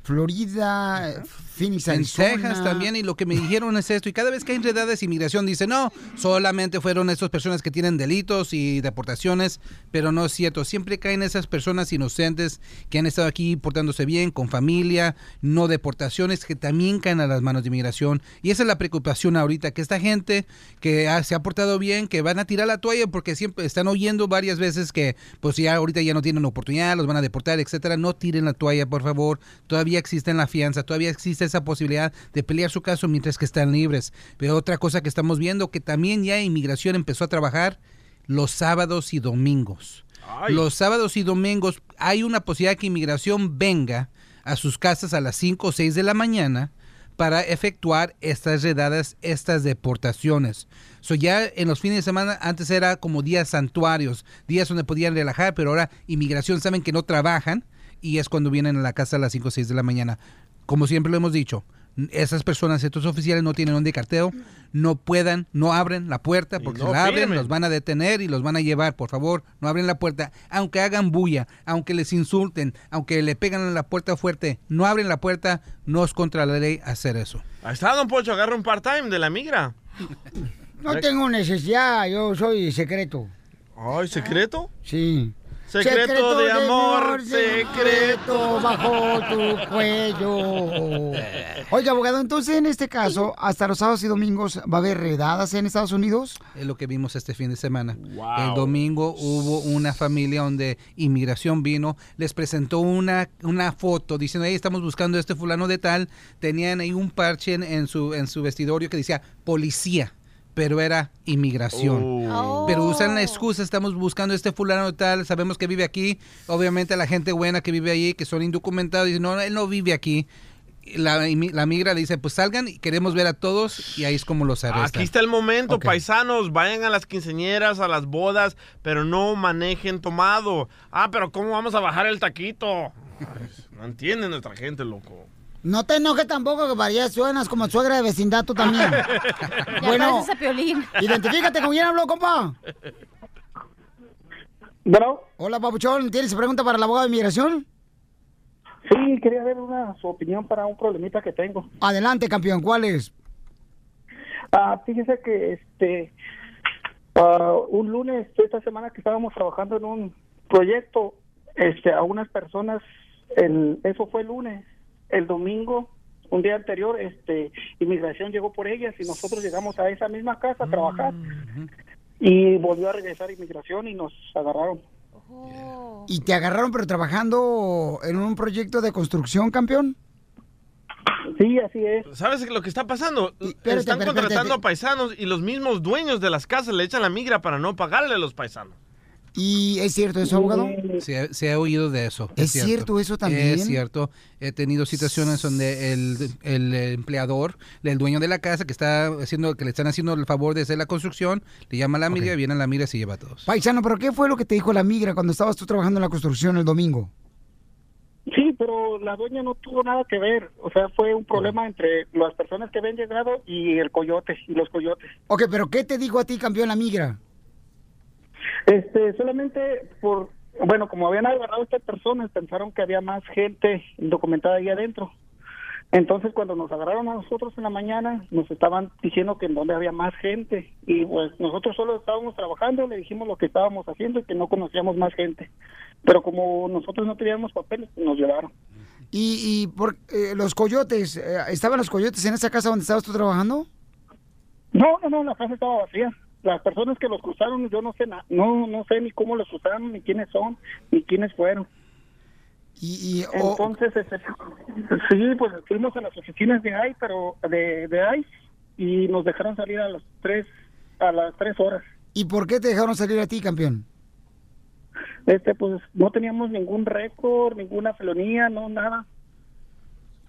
Florida, Phoenix, En Arizona. Texas también, y lo que me dijeron es esto, y cada vez que hay redadas de inmigración dicen, no, solamente fueron estas personas que tienen delitos y deportaciones, pero no es cierto, siempre caen esas personas inocentes que han estado aquí portándose bien, con familia, no deportaciones, que también caen a las manos de inmigración, y esa es la preocupación ahorita, que esta gente que ha- se ha portado bien, que van a tirar la toalla porque siempre están oyendo varias veces que pues ya ahorita ya no tienen oportunidad, los van a deportar, etcétera, no tiren la toalla, por favor. Todavía existe la fianza, todavía existe esa posibilidad de pelear su caso mientras que están libres. Pero otra cosa que estamos viendo que también ya inmigración empezó a trabajar los sábados y domingos. Ay. Los sábados y domingos hay una posibilidad que inmigración venga a sus casas a las 5 o 6 de la mañana para efectuar estas redadas, estas deportaciones. So ya en los fines de semana antes era como días santuarios, días donde podían relajar, pero ahora inmigración saben que no trabajan y es cuando vienen a la casa a las 5 o 6 de la mañana. Como siempre lo hemos dicho, n- esas personas, estos oficiales no tienen donde carteo, no puedan, no abren la puerta porque no la abren, firmen. los van a detener y los van a llevar. Por favor, no abren la puerta, aunque hagan bulla, aunque les insulten, aunque le pegan en la puerta fuerte, no abren la puerta, no es contra la ley hacer eso. Ahí está, don Pocho, agarra un part-time de la migra. No tengo necesidad, yo soy secreto. Ay, ¿secreto? Sí. Secreto de amor, secreto bajo tu cuello. Oye, abogado, entonces en este caso, hasta los sábados y domingos va a haber redadas en Estados Unidos. Es lo que vimos este fin de semana. El domingo hubo una familia donde inmigración vino, les presentó una, una foto diciendo, hey, estamos buscando a este fulano de tal. Tenían ahí un parche en, en su, en su vestidorio que decía policía. Pero era inmigración. Oh. Pero usan la excusa, estamos buscando a este fulano de tal, sabemos que vive aquí. Obviamente la gente buena que vive allí, que son indocumentados, dice, no, él no vive aquí. La, la migra le dice, pues salgan y queremos ver a todos y ahí es como los arrestan. Aquí está el momento, Ok. paisanos. Vayan a las quinceñeras, a las bodas, pero no manejen tomado. Ah, pero ¿cómo vamos a bajar el taquito? Ay, No entiende nuestra gente, loco. No te enojes tampoco, que para allá suenas como suegra de vecindad tú también. bueno, identifícate con quién habló, compa. Bueno. Hola, papuchón. ¿Tienes pregunta para el abogado de inmigración? Sí, quería ver una su opinión para un problemita que tengo. Adelante, campeón. ¿Cuál es? Ah, fíjese que este ah, un lunes esta semana que estábamos trabajando en un proyecto, este a unas personas el eso fue el lunes, el domingo un día anterior, este inmigración llegó por ellas y nosotros llegamos a esa misma casa a trabajar Mm. y volvió a regresar inmigración y nos agarraron. ¿Y te agarraron pero trabajando en un proyecto de construcción, campeón? Sí, así es. ¿Sabes lo que está pasando? espérate, Están espérate, espérate. contratando a paisanos y los mismos dueños de las casas le echan la migra para no pagarle a los paisanos. ¿Y es cierto eso, abogado? Se, ha- se ha oído de eso. ¿Es cierto eso también? Es cierto. He tenido situaciones donde el, el empleador, el dueño de la casa que está haciendo, que le están haciendo el favor de hacer la construcción, le llama a la migra, viene a la migra y se lleva a todos. Paisano, ¿pero qué fue lo que te dijo la migra cuando estabas tú trabajando en la construcción el domingo? Sí, pero la dueña no tuvo nada que ver. O sea, fue un problema entre las personas que habían llegado y el coyote, y los coyotes. Ok, pero ¿qué te dijo a ti, campeón, la migra? Este, solamente por, bueno, como habían agarrado a estas personas, pensaron que había más gente indocumentada ahí adentro. Entonces, cuando nos agarraron a nosotros en la mañana, nos estaban diciendo que en donde había más gente. Y pues nosotros solo estábamos trabajando, le dijimos lo que estábamos haciendo y que no conocíamos más gente. Pero como nosotros no teníamos papeles, nos llevaron. ¿Y, y por, eh, los coyotes? eh, ¿Estaban los coyotes en esa casa donde estabas tú trabajando? No, no, no, la casa estaba vacía. Las personas que los cruzaron, yo no sé, na- no, no sé ni cómo los cruzaron, ni quiénes son, ni quiénes fueron. Y, entonces, este, sí, pues fuimos a las oficinas de ICE, pero de, de ICE, y nos dejaron salir a las tres, a las tres horas. ¿Y por qué te dejaron salir a ti, campeón? Este, pues no teníamos ningún récord, ninguna felonía, no nada.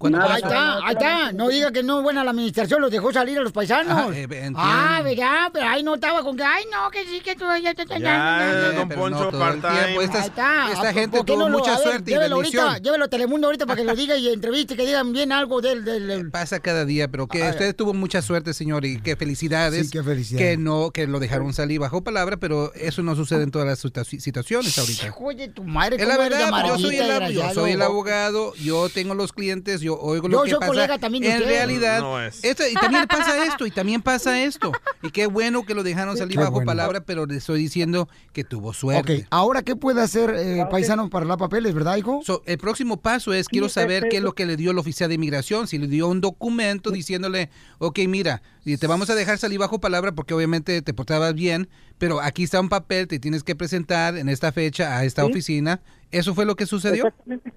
Nada, ahí nada, está, ahí está. solamente- No diga que no, buena la administración los dejó salir a los paisanos. Ajá, eh, entiendo. ah, verá, pero ahí no estaba con que, ay, no, que sí, que tú, ya, ya, ya, ya, ya". don Poncho, Ahí está. esta Ah, gente ¿por qué tuvo lo- mucha a ver, suerte y llévelo bendición. ahorita, llévelo a Telemundo ahorita para que lo diga y entreviste, que digan bien algo del... del, del- Pasa cada día, pero que Ah, usted tuvo mucha suerte, señor, y que felicidades. Sí, qué felicidades. Que no, que lo dejaron salir bajo palabra, pero eso no sucede en todas las situa- situaciones ahorita. Hijo de tu madre, Es la cómo eres de verdad, yo soy, amarillita, el, ab- yo desgraciado. soy el abogado, yo tengo los clientes, yo oigo lo Yo que soy pasa. colega también de en usted. realidad, No es. esto- y también pasa esto, y también pasa esto. Y qué bueno que lo dejaron salir Qué bajo bueno. palabra, pero le estoy diciendo que tuvo suerte. Ok, ahora, ¿qué puede hacer eh, paisano para la papeles, verdad, hijo? So, eh, el próximo paso es, Sí, quiero es saber qué es eso. lo que le dio la oficina de inmigración, si le dio un documento diciéndole, ok, mira, y te vamos a dejar salir bajo palabra porque obviamente te portabas bien, pero aquí está un papel, te tienes que presentar en esta fecha a esta Sí. oficina. ¿Eso fue lo que sucedió? Exactamente.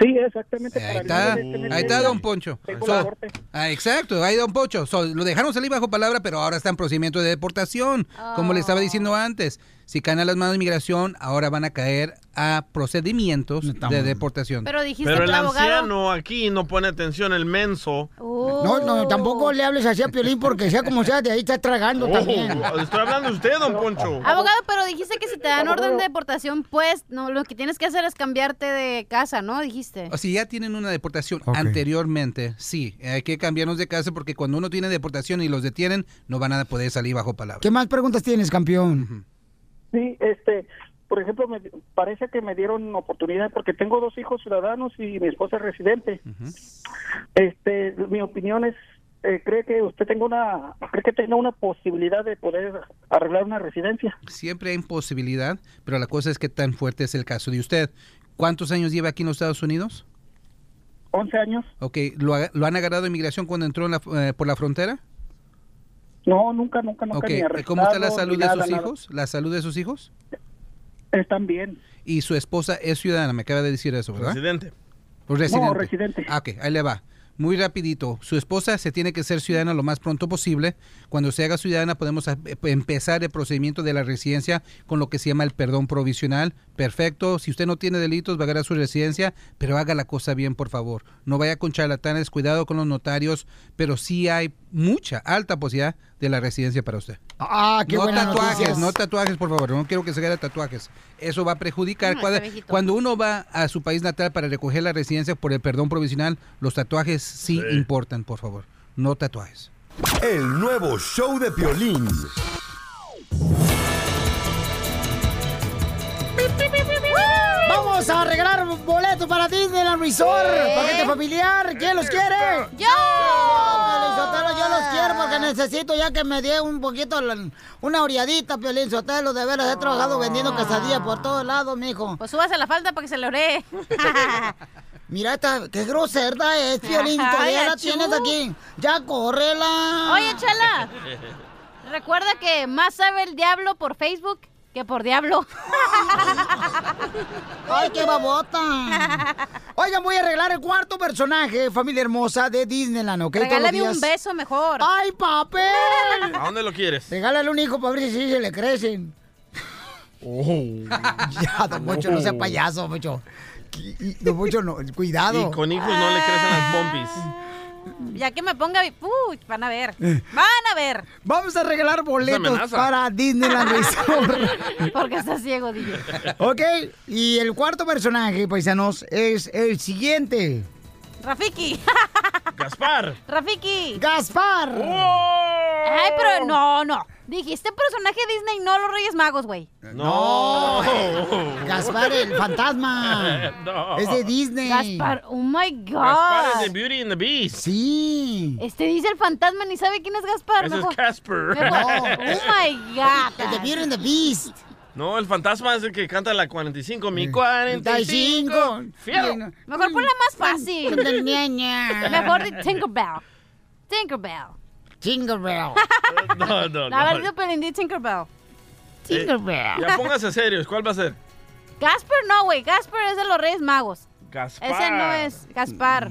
Sí, exactamente. Ahí para el está, lunes de este mes ahí está de- Don Poncho. Tengo So, la corte. ah, exacto, ahí Don Poncho. So, lo dejaron salir bajo palabra, pero ahora está en procedimiento de deportación, como le Oh. estaba diciendo antes. Si caen a las manos de inmigración, ahora van a caer a procedimientos de deportación. Pero dijiste Pero que el el abogado- Oh. anciano aquí no pone atención, el menso. No, no, tampoco le hables así a Piolín porque sea como sea, de ahí está tragando también. Oh, estoy hablando de usted, don Poncho. Abogado, pero dijiste que si te dan orden de deportación, pues no, lo que tienes que hacer es cambiarte de casa, ¿no? Dijiste. O si ya tienen una deportación anteriormente, sí, hay que cambiarnos de casa porque cuando uno tiene deportación y los detienen, no van a poder salir bajo palabra. ¿Qué más preguntas tienes, campeón? Sí, este, por ejemplo, me- parece que me dieron oportunidad porque tengo dos hijos ciudadanos y mi esposa es residente. Este, mi opinión es eh, cree que usted tenga una, cree que tenga una posibilidad de poder arreglar una residencia. Siempre hay imposibilidad, pero la cosa es que tan fuerte es el caso de usted. ¿Cuántos años lleva aquí en los Estados Unidos? 11 años. Ok, ¿lo, ha- lo han agarrado inmigración cuando entró en la- eh, por la frontera? No, nunca, nunca, nunca. Ok, ni ¿y ¿cómo está la arrestado, salud ni de nada, sus nada. hijos? ¿La salud de sus hijos? Están bien. Y su esposa es ciudadana, me acaba de decir eso, ¿verdad? Residente. Pues residente. No, residente. Ah, Ok, ahí le va. Muy rapidito. Su esposa se tiene que ser ciudadana lo más pronto posible. Cuando se haga ciudadana podemos a- eh, empezar el procedimiento de la residencia con lo que se llama el perdón provisional. Perfecto. Si usted no tiene delitos, va a agarrar su residencia, pero haga la cosa bien, por favor. No vaya con charlatanes, cuidado con los notarios, pero sí hay mucha, alta posibilidad de la residencia para usted. Ah, qué no buena tatuajes, noticia. no tatuajes, por favor. No quiero que se haga tatuajes. Eso va a perjudicar. No, Cuadra- está viejito. cuando uno va a su país natal para recoger la residencia por el perdón provisional, los tatuajes sí, importan, por favor. No tatuajes. El nuevo show de Piolín. Vamos a regalar boletos para Disneyland Resort, paquete familiar. ¿Quién los quiere? ¿Eh? ¡Yo! Piolín Sotelo, yo los quiero porque necesito ya que me dé un poquito, la- una oreadita, Piolín Sotelo. De veras, he trabajado vendiendo quesadillas por todos lados, mijo. Pues súbase la falda para que se le ore. Mira, esta, qué grosera es, Piolín. Ay, Todavía la achú. tienes aquí. Ya, córrela. Oye, Chela, recuerda que más sabe el diablo por Facebook que por diablo. ¡Ay, qué babota! Oigan, voy a arreglar el cuarto personaje, familia hermosa, de Disneyland, ¿ok? Todos los Regálame días. un beso mejor. ¡Ay, papel! ¿A dónde lo quieres? Regálale un hijo para ver si se le crecen. Oh. ya, don Pocho, no sea payaso, don Pocho. Qui- y- Don Pocho, no, cuidado. Ah. Y con hijos no le crecen las pompis. Ya que me ponga... bi- Uy, van a ver. Eh. Van a ver. Vamos a regalar boletos amenaza. para Disneyland Resort. Porque estás ciego, DJ. ok, y el cuarto personaje, paisanos, es el siguiente. Rafiki. Gaspar. Rafiki. Gaspar. Ay, pero no, no. Dijiste personaje Disney, no los Reyes Magos, güey. No. Gaspar el fantasma. No. Es de Disney. Gaspar, oh my God. Gaspar es de Beauty and the Beast. Sí. Este dice el fantasma, ni sabe quién es Gaspar. Ese es mejor- Casper. mejor- Oh my God. El de Beauty and the Beast. Mm. No, el fantasma es el que canta la 45. Mi 45. Fiero. Mejor ponla más fácil. Mejor di Tinkerbell. Tinkerbell. Tinkerbell. No, no, A ver, no. yo aprendí Tinkerbell. Eh, ya póngase serios. ¿Cuál va a ser? Gasper no, güey. Gasper es de los Reyes Magos. Gaspar. Ese no es Gaspar.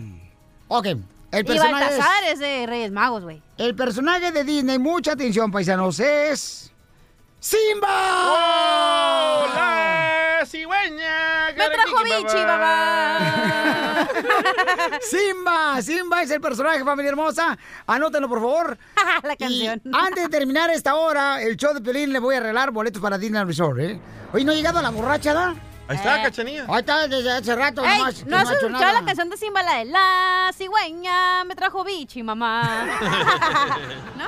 Ok, el y personaje es... Baltasar es... de Reyes Magos, güey. El personaje de Disney, mucha atención, paisanos, es. ¡Simba! ¡Hola! ¡Cigüeña! ¡Me trajo Bichi, babá! ¡Simba! ¡Simba es el personaje, familia hermosa! Anótenlo, por favor. La canción. antes de terminar esta hora, el show de Pelín le voy a arreglar boletos para Disney Resort, ¿eh? Hoy no ha llegado la borracha, ¿da? Ahí está, Cachanilla. Ahí está, desde hace rato. Eh. Ey, nomás, ¿No que has ha hecho escuchado nada. la canción de Simba, la de la cigüeña? Me trajo bichi, mamá. ¿No?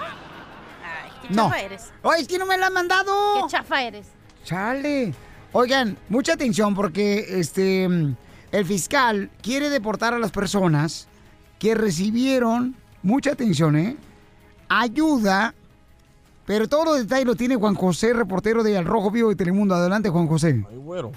Ay, qué No. chafa eres. Ay, es que no me la han mandado. Qué chafa eres. Chale. Oigan, mucha atención porque este mm, el fiscal quiere deportar a las personas que recibieron, mucha atención, ¿eh? Ayuda. Pero todos los detalles lo tiene Juan José, reportero de Al Rojo Vivo de Telemundo. Adelante, Juan José.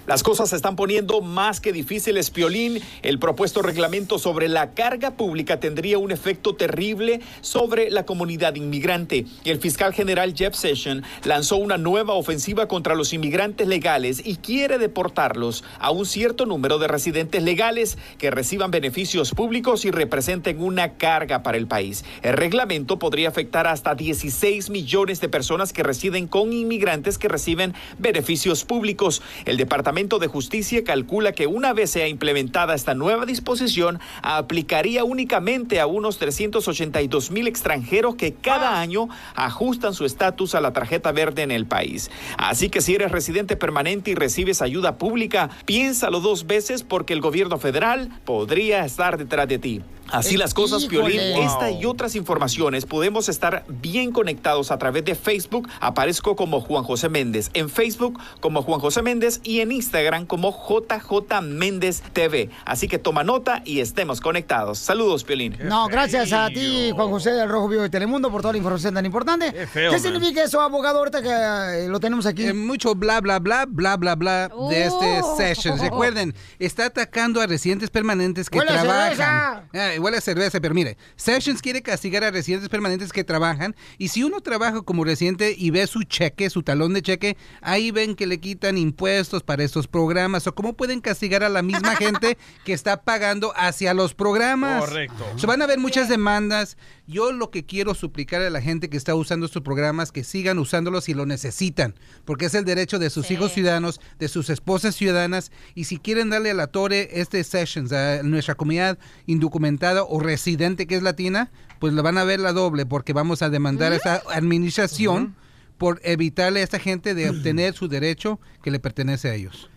Las cosas se están poniendo más que difíciles, Piolín. El propuesto reglamento sobre la carga pública tendría un efecto terrible sobre la comunidad inmigrante. El fiscal general Jeff Sessions lanzó una nueva ofensiva contra los inmigrantes legales y quiere deportarlos a un cierto número de residentes legales que reciban beneficios públicos y representen una carga para el país. El reglamento podría afectar hasta 16 millones de personas que residen con inmigrantes que reciben beneficios públicos. El Departamento de Justicia calcula que una vez sea implementada esta nueva disposición, aplicaría únicamente a unos 382 mil extranjeros que Ah. cada año ajustan su estatus a la tarjeta verde en el país. Así que si eres residente permanente y recibes ayuda pública, piénsalo dos veces porque el gobierno federal podría estar detrás de ti. Así las cosas, Híjole. Piolín, esta Wow. y otras informaciones podemos estar bien conectados a través de de Facebook aparezco como Juan José Méndez. En Facebook como Juan José Méndez y en Instagram como JJ Méndez TV. Así que toma nota y estemos conectados. Saludos, Piolín. No, gracias a ti, Juan José del Rojo Vivo de Telemundo, por toda la información tan importante. Qué, feo, man. significa eso, abogado, ahorita que eh, lo tenemos aquí? mucho bla, bla, bla, bla, bla, bla de este Oh. session. Recuerden, está atacando a residentes permanentes que ¡Huele a trabajan. Eh, huele a cerveza, pero mire, Sessions quiere castigar a residentes permanentes que trabajan y si uno trabaja como residente y ve su cheque, su talón de cheque, ahí ven que le quitan impuestos para estos programas o cómo pueden castigar a la misma gente que está pagando hacia los programas. Correcto. So, van a haber muchas demandas. Yo lo que quiero suplicar a la gente que está usando estos programas que sigan usándolos si lo necesitan, porque es el derecho de sus hijos ciudadanos, de sus esposas ciudadanas, y si quieren darle a la torre este sessions a nuestra comunidad indocumentada o residente que es latina, pues la van a ver la doble, porque vamos a demandar a esta administración por evitarle a esta gente de obtener su derecho que le pertenece a ellos.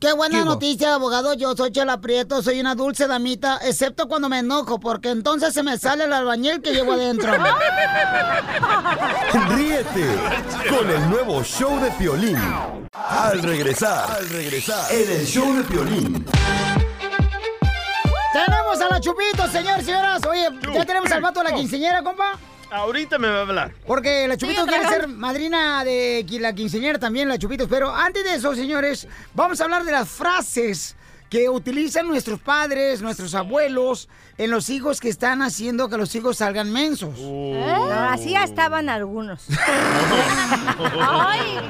Qué buena Chivo. noticia, abogado. Yo soy Chela Prieto, soy una dulce damita, excepto cuando me enojo, porque entonces se me sale el albañil que llevo adentro. Ríete con el nuevo show de Piolín. Al regresar, al regresar, en el show de Piolín. tenemos a la Chupito, señor, señoras. Oye, ya tenemos al vato de la quinceñera, compa. Ahorita me va a hablar. Porque la Chupito Sí, quiere dragón. ser madrina de qui- la quinceañera también, la Chupito. Pero antes de eso, señores, vamos a hablar de las frases que utilizan nuestros padres, nuestros abuelos, en los hijos que están haciendo que los hijos salgan mensos. No, así ya estaban algunos. Ay,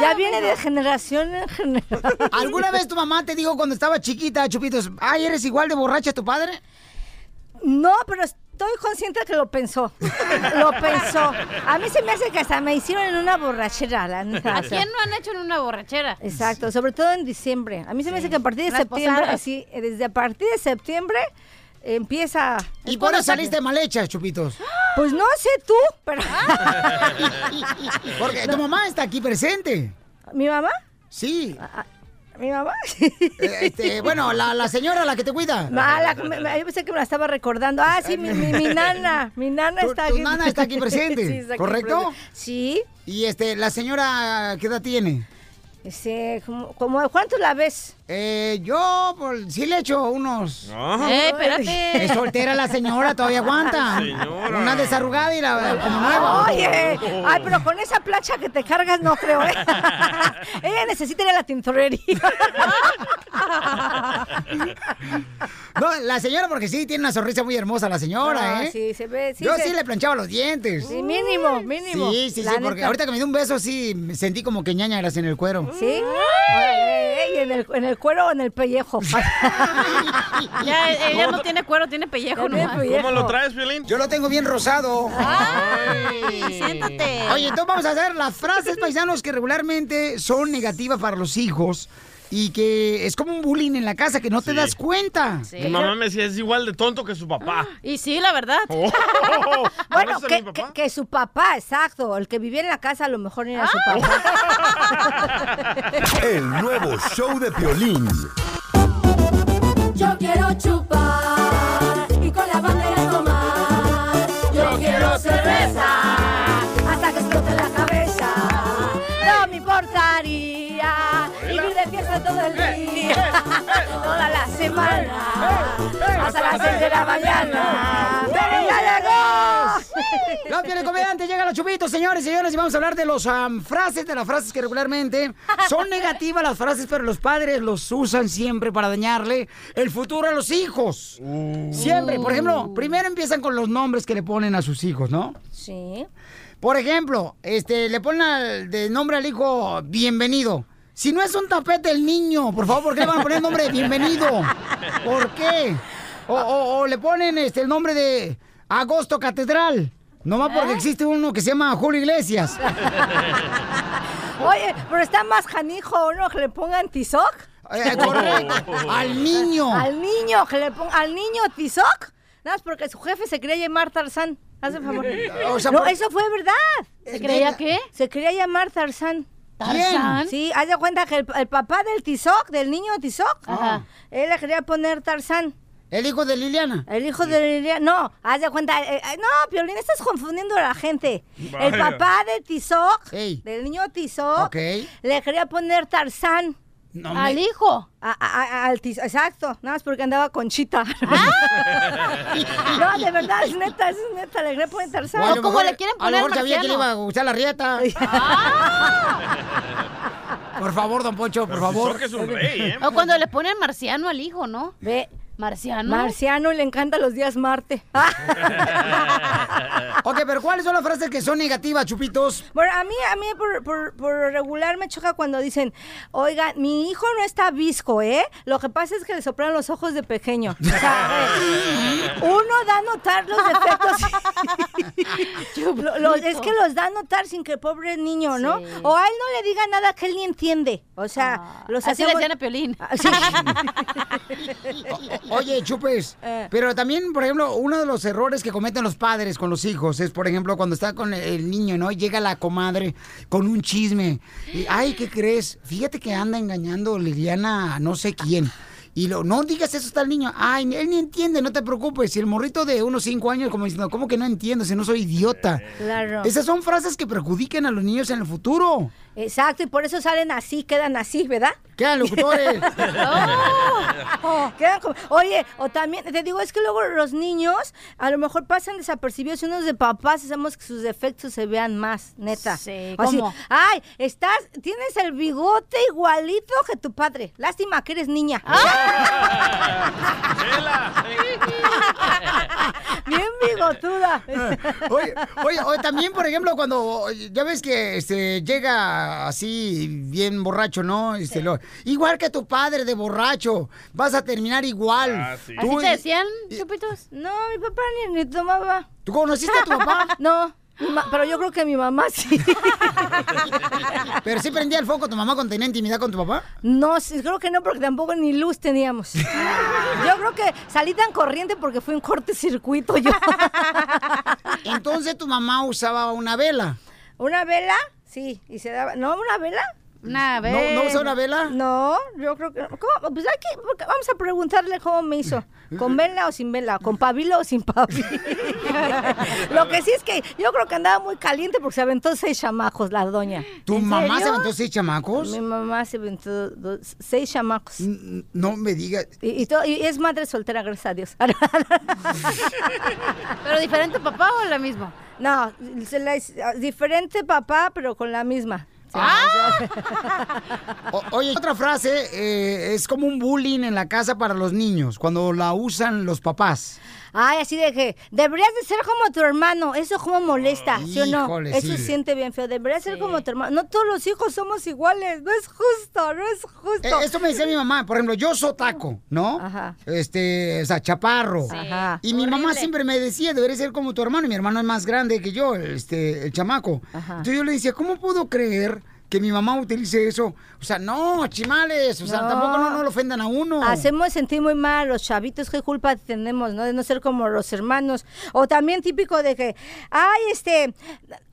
ya viene de generación en generación. ¿Alguna vez tu mamá te dijo cuando estaba chiquita, Chupitos, ay, eres igual de borracha a tu padre? No, pero estoy consciente que lo pensó. Lo pensó. A mí se me hace que hasta me hicieron en una borrachera, la neta. ¿A quién no han hecho en una borrachera? Exacto, sobre todo en diciembre. A mí se me hace que a partir de Las septiembre, posadas. sí, eh, desde a partir de septiembre eh, empieza. Y por eso saliste mal hecha, Chupitos. Pues no sé tú, pero. Porque tu mamá está aquí presente. ¿Mi mamá? Ah, Sí. ¿Mi mamá? Este, bueno, la, la señora, la que te cuida. No, Ah, la- me- me- yo pensé que me la estaba recordando. Ah, sí, mi, mi- mi nana. Mi nana Tu- está tu aquí. nana está aquí presente, está aquí ¿correcto? presente. Sí. Y este, la señora, ¿qué edad tiene? Este, como, como- ¿cuánto la ves? Eh, yo por- sí le echo unos. Eh, espérate. Es soltera la señora, todavía aguanta. Señora. Una desarrugada y la como nueva. Oye, ay, pero con esa plancha que te cargas no creo, ¿eh? Ella necesita ir a la tintorería. No, la señora, porque sí, tiene una sonrisa muy hermosa la señora, No, ¿eh? Ah. Sí, se ve. Yo se- sí le planchaba los dientes. Sí, mínimo, mínimo. Sí, sí, sí, La porque neta. ahorita que me dio un beso, sí, me sentí como que ñaña eras en el cuero. Sí. Órale, ¿eh? Y en el, en el cuero o en el pellejo. Ya, eh, ella no tiene cuero, tiene pellejo Tiene nomás. pellejo. ¿Cómo lo traes, Violín? Yo lo tengo bien rosado. Ah, siéntate. Oye, entonces vamos a hacer las frases paisanos que regularmente son negativas para los hijos y que es como un bullying en la casa que no te das cuenta. Mi mamá me decía, es igual de tonto que su papá. Y sí, la verdad. bueno, ¿Conoces a que, mi que- que su papá, exacto. El que vivía en la casa a lo mejor era su papá. Ah. El nuevo show de Piolín. Yo quiero chupar y con la bandera tomar. Yo quiero cerveza hasta que explote la cabeza. No me importaría vivir de fiesta todo el día, toda la semana, Eh, hasta las seis de la mañana. ¡Pero ya llegó! Los comediante llega los chupitos, señores y señoras, y vamos a hablar de los am, frases, de las frases que regularmente son negativas las frases, pero los padres los usan siempre para dañarle el futuro a los hijos. Uh. Siempre, por ejemplo, primero empiezan con los nombres que le ponen a sus hijos, ¿no? Sí. Por ejemplo, este, le ponen al- de nombre al hijo bienvenido. Si no es un tapete el niño, por favor, ¿por qué le van a poner el nombre de bienvenido? ¿Por qué? O, o- o le ponen este, el nombre de Agosto Catedral. Nomás porque existe uno que se llama Julio Iglesias. Oye, pero está más canijo, ¿no? Que le pongan tizoc. Eh, correcto. Al niño. Al niño, que le pongan. Al niño tizoc. Nada más porque su jefe se quería llamar Tarzán. Haz el favor. O sea, no, por- eso fue verdad. ¿Se creía qué? Se quería llamar Tarzán. ¿Tarzán? Sí, haz de cuenta que el, el papá del tizoc, del niño tizoc, él le quería poner Tarzán. Ah. ¿El hijo de Liliana? El hijo de Liliana. No, haz de cuenta. eh, eh, no, Piolín, estás confundiendo a la gente. El Vaya. papá de Tizoc, del niño Tizoc, Ok. le quería poner Tarzán. No al me- hijo. A- a- a- al Tizoc, exacto. Nada más porque andaba con Chita. no, de verdad, es neta, es neta. Le quería poner Tarzán. a lo mejor- A lo mejor sabía que le iba a gustar la rieta. por favor, don Poncho, por favor. ¿eh? O cuando le ponen marciano al hijo, ¿no? Ve, marciano. Marciano le encanta los días Marte. Ah, Ok, pero ¿cuáles son las frases que son negativas, chupitos? Bueno, a mí, a mí por, por- por regular me choca cuando dicen, oigan, mi hijo no está visco, ¿eh? Lo que pasa es que le soplan los ojos de pequeño. O sea, eh, uno da a notar los defectos. Lo- lo- es que los da a notar sin que el pobre niño, ¿no? O a él no le diga nada que él ni entiende. O sea, los así le hacemos- hacían a Piolín. Ah, sí. Oye, chupes. Eh. Pero también, por ejemplo, uno de los errores que cometen los padres con los hijos es, por ejemplo, cuando está con el niño, ¿no? Llega la comadre con un chisme. Y, Ay, ¿qué crees? Fíjate que anda engañando Liliana a no sé quién. Y lo, no digas eso está el niño. Ay, él ni entiende, no te preocupes. Y el morrito de unos cinco años como diciendo, ¿cómo que no entiendo si no soy idiota? Claro. Esas son frases que perjudican a los niños en el futuro. Exacto, y por eso salen así, quedan así, ¿verdad? Quedan locutores. Oh, quedan como- oye, o también, te digo, es que luego los niños a lo mejor pasan desapercibidos y unos de papás hacemos que sus defectos se vean más, neta. Sí, O así, ¿cómo? Ay, estás, tienes el bigote igualito que tu padre. Lástima que eres niña. Ah. Bien bigotuda. Oye, oye, oye, también, por ejemplo, cuando ya ves que este, llega así bien borracho, ¿no? Este, lo- igual que tu padre de borracho, vas a terminar igual. ¿Así Tú- te decían, chupitos? No, mi papá ni, ni tomaba. ¿Tú conociste a tu papá? No, mi ma- pero yo creo que mi mamá sí. Pero sí prendía el foco tu mamá cuando tenía intimidad con tu papá. No, sí, creo que no, porque tampoco ni luz teníamos. Yo creo que salí tan corriente porque fue un cortecircuito yo. Entonces tu mamá usaba una vela. ¿Una vela? Sí, y se daba. ¿No, una vela? Una ¿No- no usa una vela? No, yo creo que. ¿Cómo? Pues aquí, porque vamos a preguntarle cómo me hizo. ¿Con vela o sin vela? ¿Con pabilo o sin pabilo? Lo que sí es que yo creo que andaba muy caliente porque se aventó seis chamacos la doña. ¿Tu ¿En mamá se serio? aventó seis chamacos? Mi mamá se aventó dos- seis chamacos. No me digas. Y, y to- y es madre soltera, gracias a Dios. ¿Pero diferente papá o la misma? No, se la hice- diferente papá, pero con la misma. ¡Ah! O- oye, otra frase eh, es como un bullying en la casa para los niños, cuando la usan los papás. Ay, así de que deberías de ser como tu hermano. Eso como molesta, ¿sí o no? Híjole, Eso sí. se siente bien feo. Deberías ser como tu hermano. No todos los hijos somos iguales. No es justo, no es justo. Eh, esto me decía mi mamá, por ejemplo, yo soy taco, ¿no? Este, o sea, chaparro. Ah. Sí. Ajá. Y mi mamá siempre me decía, debería ser como tu hermano, y mi hermano es más grande que yo, este, el chamaco. Entonces yo le decía, ¿cómo puedo creer que mi mamá utilice eso? O sea, no, chimales, o sea, No. Ah, tampoco no, no lo ofendan a uno. Hacemos sentir muy mal a los chavitos, qué culpa tenemos, ¿no? De no ser como los hermanos. O también típico de que, ay, este,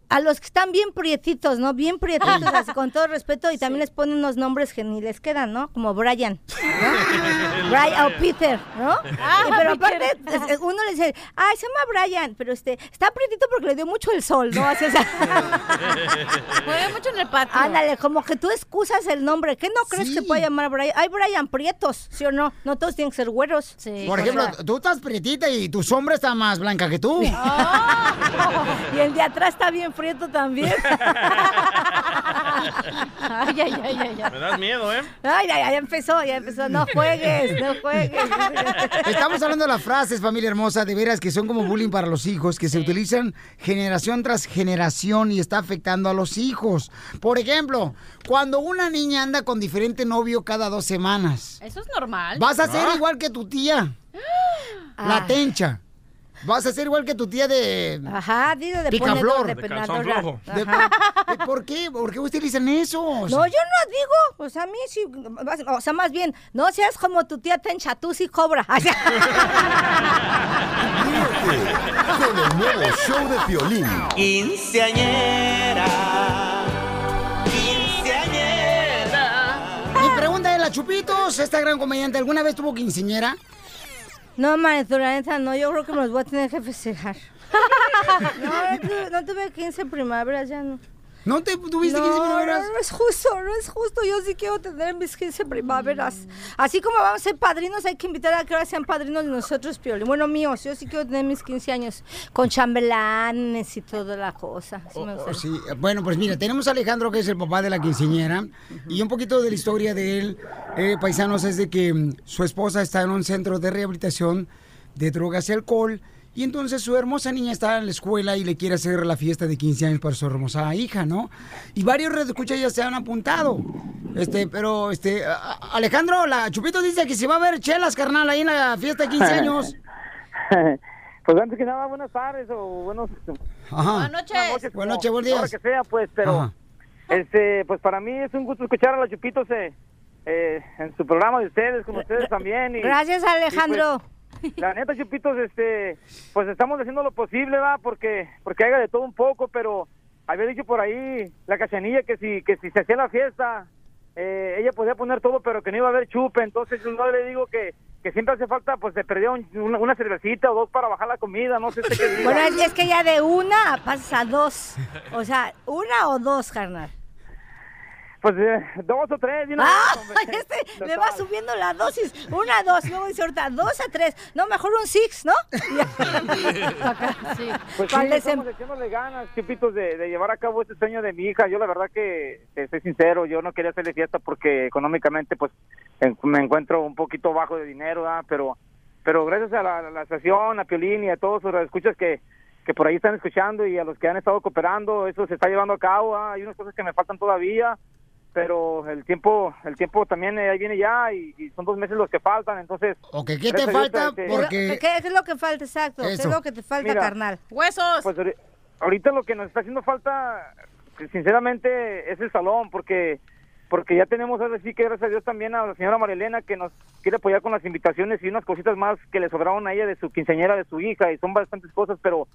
a los que están bien prietitos, ¿no? Bien prietitos, así, con todo respeto, y también les ponen unos nombres que ni les quedan, ¿no? Como Brian. Brian o oh, Peter, ¿no? Ah, Y pero Peter. aparte, es- es- uno le dice, ay, se llama Brian, pero este, está prietito porque le dio mucho el sol, ¿no? Así, o sea, Juega mucho en el patio. Ándale, como que tú excusas el nombre. ¿Qué no crees que puede llamar Brian? Hay Brian Prietos, ¿sí o no? No todos tienen que ser güeros. Por ejemplo, tú estás prietita y tu sombra está más blanca que tú. y el de atrás está bien prieto también. ay, ay, ay, ay, ay. Me das miedo, ¿eh? Ay, ay, ay, ya empezó, ya empezó. No juegues, no juegues. Estamos hablando de las frases, familia hermosa, de veras que son como bullying para los hijos, que se utilizan generación tras generación y está afectando a los hijos. Por ejemplo, cuando una niña anda con diferente novio cada dos semanas, Eso es normal. vas a ser Ah. Ah. igual que tu tía, la tencha. Vas a ser igual que tu tía de... Ajá, digo, de Picaflor. ponedor, de De calzón penadora. flojo. De- Ajá. ¿Por qué? ¿Por qué utilizan eso? O sea, No, yo no digo, pues a mí sí, vas- o sea, más bien, no seas como tu tía Tencha, tú sí cobra. Con el nuevo show de Piolín. Quinceañera. Mi pregunta es, la Chupitos, esta gran comediante, ¿alguna vez tuvo quinceñera? No, maestro, la neta, no, yo creo que me los voy a tener que festejar. No, no tuve, no tuve 15 primaveras, ya no. ¿No te tuviste No, 15 primaveras? No, no es justo, no es justo. Yo sí quiero tener mis 15 primaveras. Así como vamos a ser padrinos, hay que invitar a que ahora sean padrinos de nosotros, Piolín. Bueno, míos, yo sí quiero tener mis 15 años con chambelanes y toda la cosa. Sí me gustaría. Sí, bueno, pues mira, tenemos a Alejandro que es el papá de la quinceañera y un poquito de la historia de él, eh, paisanos, es de que mm, su esposa está en un centro de rehabilitación de drogas y alcohol y entonces su hermosa niña está en la escuela y le quiere hacer la fiesta de 15 años para su hermosa hija, ¿no? Y varios redescuchas ya se han apuntado. Este, pero este, a- a- Alejandro, la Chupito dice que se va a ver chelas, carnal, ahí en la fiesta de 15 años. Pues antes que nada, buenas tardes o buenos... Ajá. Buenas noches. Buenas noches, buenos Ahora días. que sea, pues, pero... Ajá. Este, pues para mí es un gusto escuchar a la Chupitos eh, eh, en su programa de ustedes, con ustedes también. y- Gracias, y, pues, Alejandro. la neta, Chupitos, este, pues estamos haciendo lo posible, va, porque, porque haga de todo un poco, pero había dicho por ahí la cachanilla que si, que si se hacía la fiesta, eh, ella podía poner todo, pero que no iba a haber chupe, entonces no le digo que, que siempre hace falta, pues se perdió un- una, una cervecita o dos para bajar la comida, no sé usted qué diga. Bueno, es, es que ya de una pasas a dos. O sea, una o dos, carnal. Pues eh, dos o tres, y una- Ah, este me va subiendo la dosis. Una, dos, luego dice ahorita dos a tres. No, mejor un six, ¿no? Pues sí, ¿Cuál es estamos echándole ganas, Chupitos, de, de llevar a cabo este sueño de mi hija. Yo la verdad que te soy sincero, yo no quería hacerle fiesta porque económicamente pues en- me encuentro un poquito bajo de dinero, ¿verdad? pero pero gracias a la, a la estación, a Piolín y a todos sus escuchas que, que por ahí están escuchando y a los que han estado cooperando, eso se está llevando a cabo. ¿verdad? Hay unas cosas que me faltan todavía, pero el tiempo el tiempo también eh, ahí viene ya y, y son dos meses los que faltan, entonces... Ok, ¿Qué te falta? este ¿Qué es lo que falta, exacto? ¿Qué es Eso. lo que te falta, Mira. carnal? Huesos. Pues ahori- ahorita lo que nos está haciendo falta, que sinceramente, es el salón, porque porque ya tenemos ahora sí que gracias a Dios también a la señora Marilena que nos quiere apoyar con las invitaciones y unas cositas más que le sobraron a ella de su quinceañera, de su hija, y son bastantes cosas, pero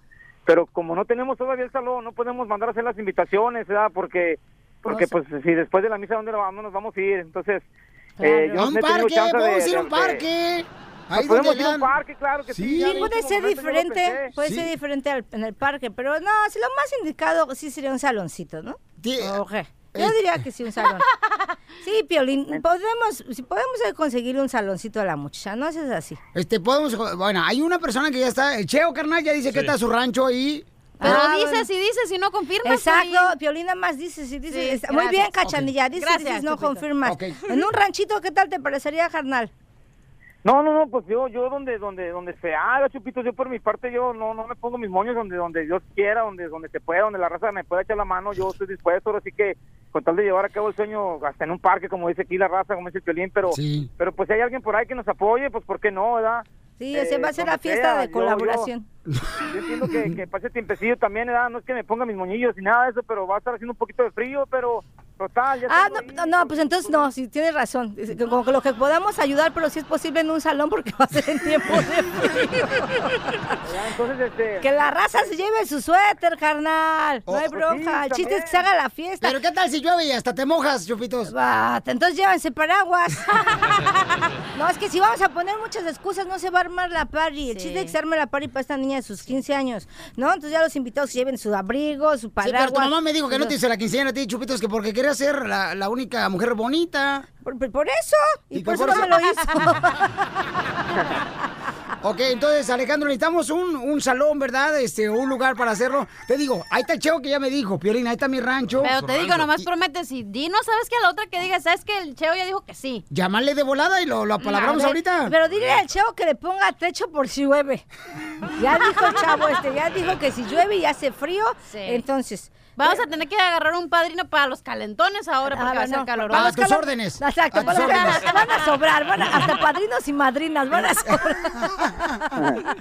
pero como no tenemos todavía el salón, no podemos mandar a hacer las invitaciones, ¿verdad? Porque, porque pues si después de la misa, ¿dónde vamos? Nos vamos a ir, entonces... eh, yo a un no he tenido parque, chance de- vamos a ir de- a un de- parque. Nos podemos ir a un parque, claro que sí. ya en puede último momento yo ser lo diferente, pensé. puede ser diferente al- en el parque, pero no, si lo más indicado sí sería un saloncito, ¿no? eh, Ok. Yo diría que sí, un salón. Sí, Piolín, podemos, si podemos eh, conseguir un saloncito a la muchacha, no seas así. Este, podemos. Bueno, hay una persona que ya está. El Cheo, carnal, ya dice que Sí. está su rancho ahí. Pero Ah, dices bueno. y dices y no confirmas. Exacto, Piolina más dices y dices. Sí, Está- muy bien, gracias. Cachanilla, Ok. dices, Gracias, dices, no Chupito. confirmas. Ok. En un ranchito, ¿qué tal te parecería, carnal? No, no, no, pues yo, yo donde, donde, donde se haga, chupitos, yo por mi parte, yo no, no me pongo mis moños donde, donde Dios quiera, donde, donde se pueda, donde la raza me pueda echar la mano, yo estoy dispuesto, ahora sí que con tal de llevar a cabo el sueño hasta en un parque, como dice aquí la raza, como dice el Piolín, pero, Sí. pero pues si hay alguien por ahí que nos apoye, pues por qué no, ¿verdad? Sí, se va a hacer la donde fiesta sea, de yo- colaboración. Yo, yo entiendo que, que pase tiempecillo también, ¿verdad? No es que me ponga mis moñillos y nada de eso, pero va a estar haciendo un poquito de frío, pero total, ya Ah, estamos no, no, no, pues entonces no, sí, tienes razón. Es que Como que lo que podamos ayudar, pero si es posible en un salón porque va a ser en tiempo de frío. Entonces, este... Que la raza se lleve su suéter, carnal. Oh, no hay pues bronca. sí, el chiste también. es que se haga la fiesta. Pero ¿qué tal si llueve y hasta te mojas, chupitos? entonces llévense paraguas. no, es que si vamos a poner muchas excusas, no se va a armar la party. El chiste es que se arme la party para esta niña de sus 15 años. ¿No? Entonces ya los invitados lleven su abrigo, Sí, su paraguas. pero tu mamá me dijo que no te hizo la quinceañera a ti, Chupitos, que porque quería ser la, la única mujer bonita. Por, eso, y, por eso no me lo hizo. ok, entonces, Alejandro, necesitamos un, un salón, ¿verdad? Este, un lugar para hacerlo. Te digo, ahí está el Cheo que ya me dijo, Piolín, ahí está mi rancho. Pero te digo, nomás prometes y di, no sabes que a la otra que diga, sabes que el cheo ya dijo que sí. Llámale de volada y lo, lo apalabramos A ver, ahorita. Pero dile al chavo que le ponga techo por si llueve. Ya dijo el chavo este, ya dijo que si llueve y hace frío, entonces... eh, Vamos a tener que agarrar un padrino para los calentones ahora Ah, porque va a ser calor. Para los calo- Exacto, A tus para- órdenes. Van a sobrar, van a- hasta padrinos y madrinas van a sobrar.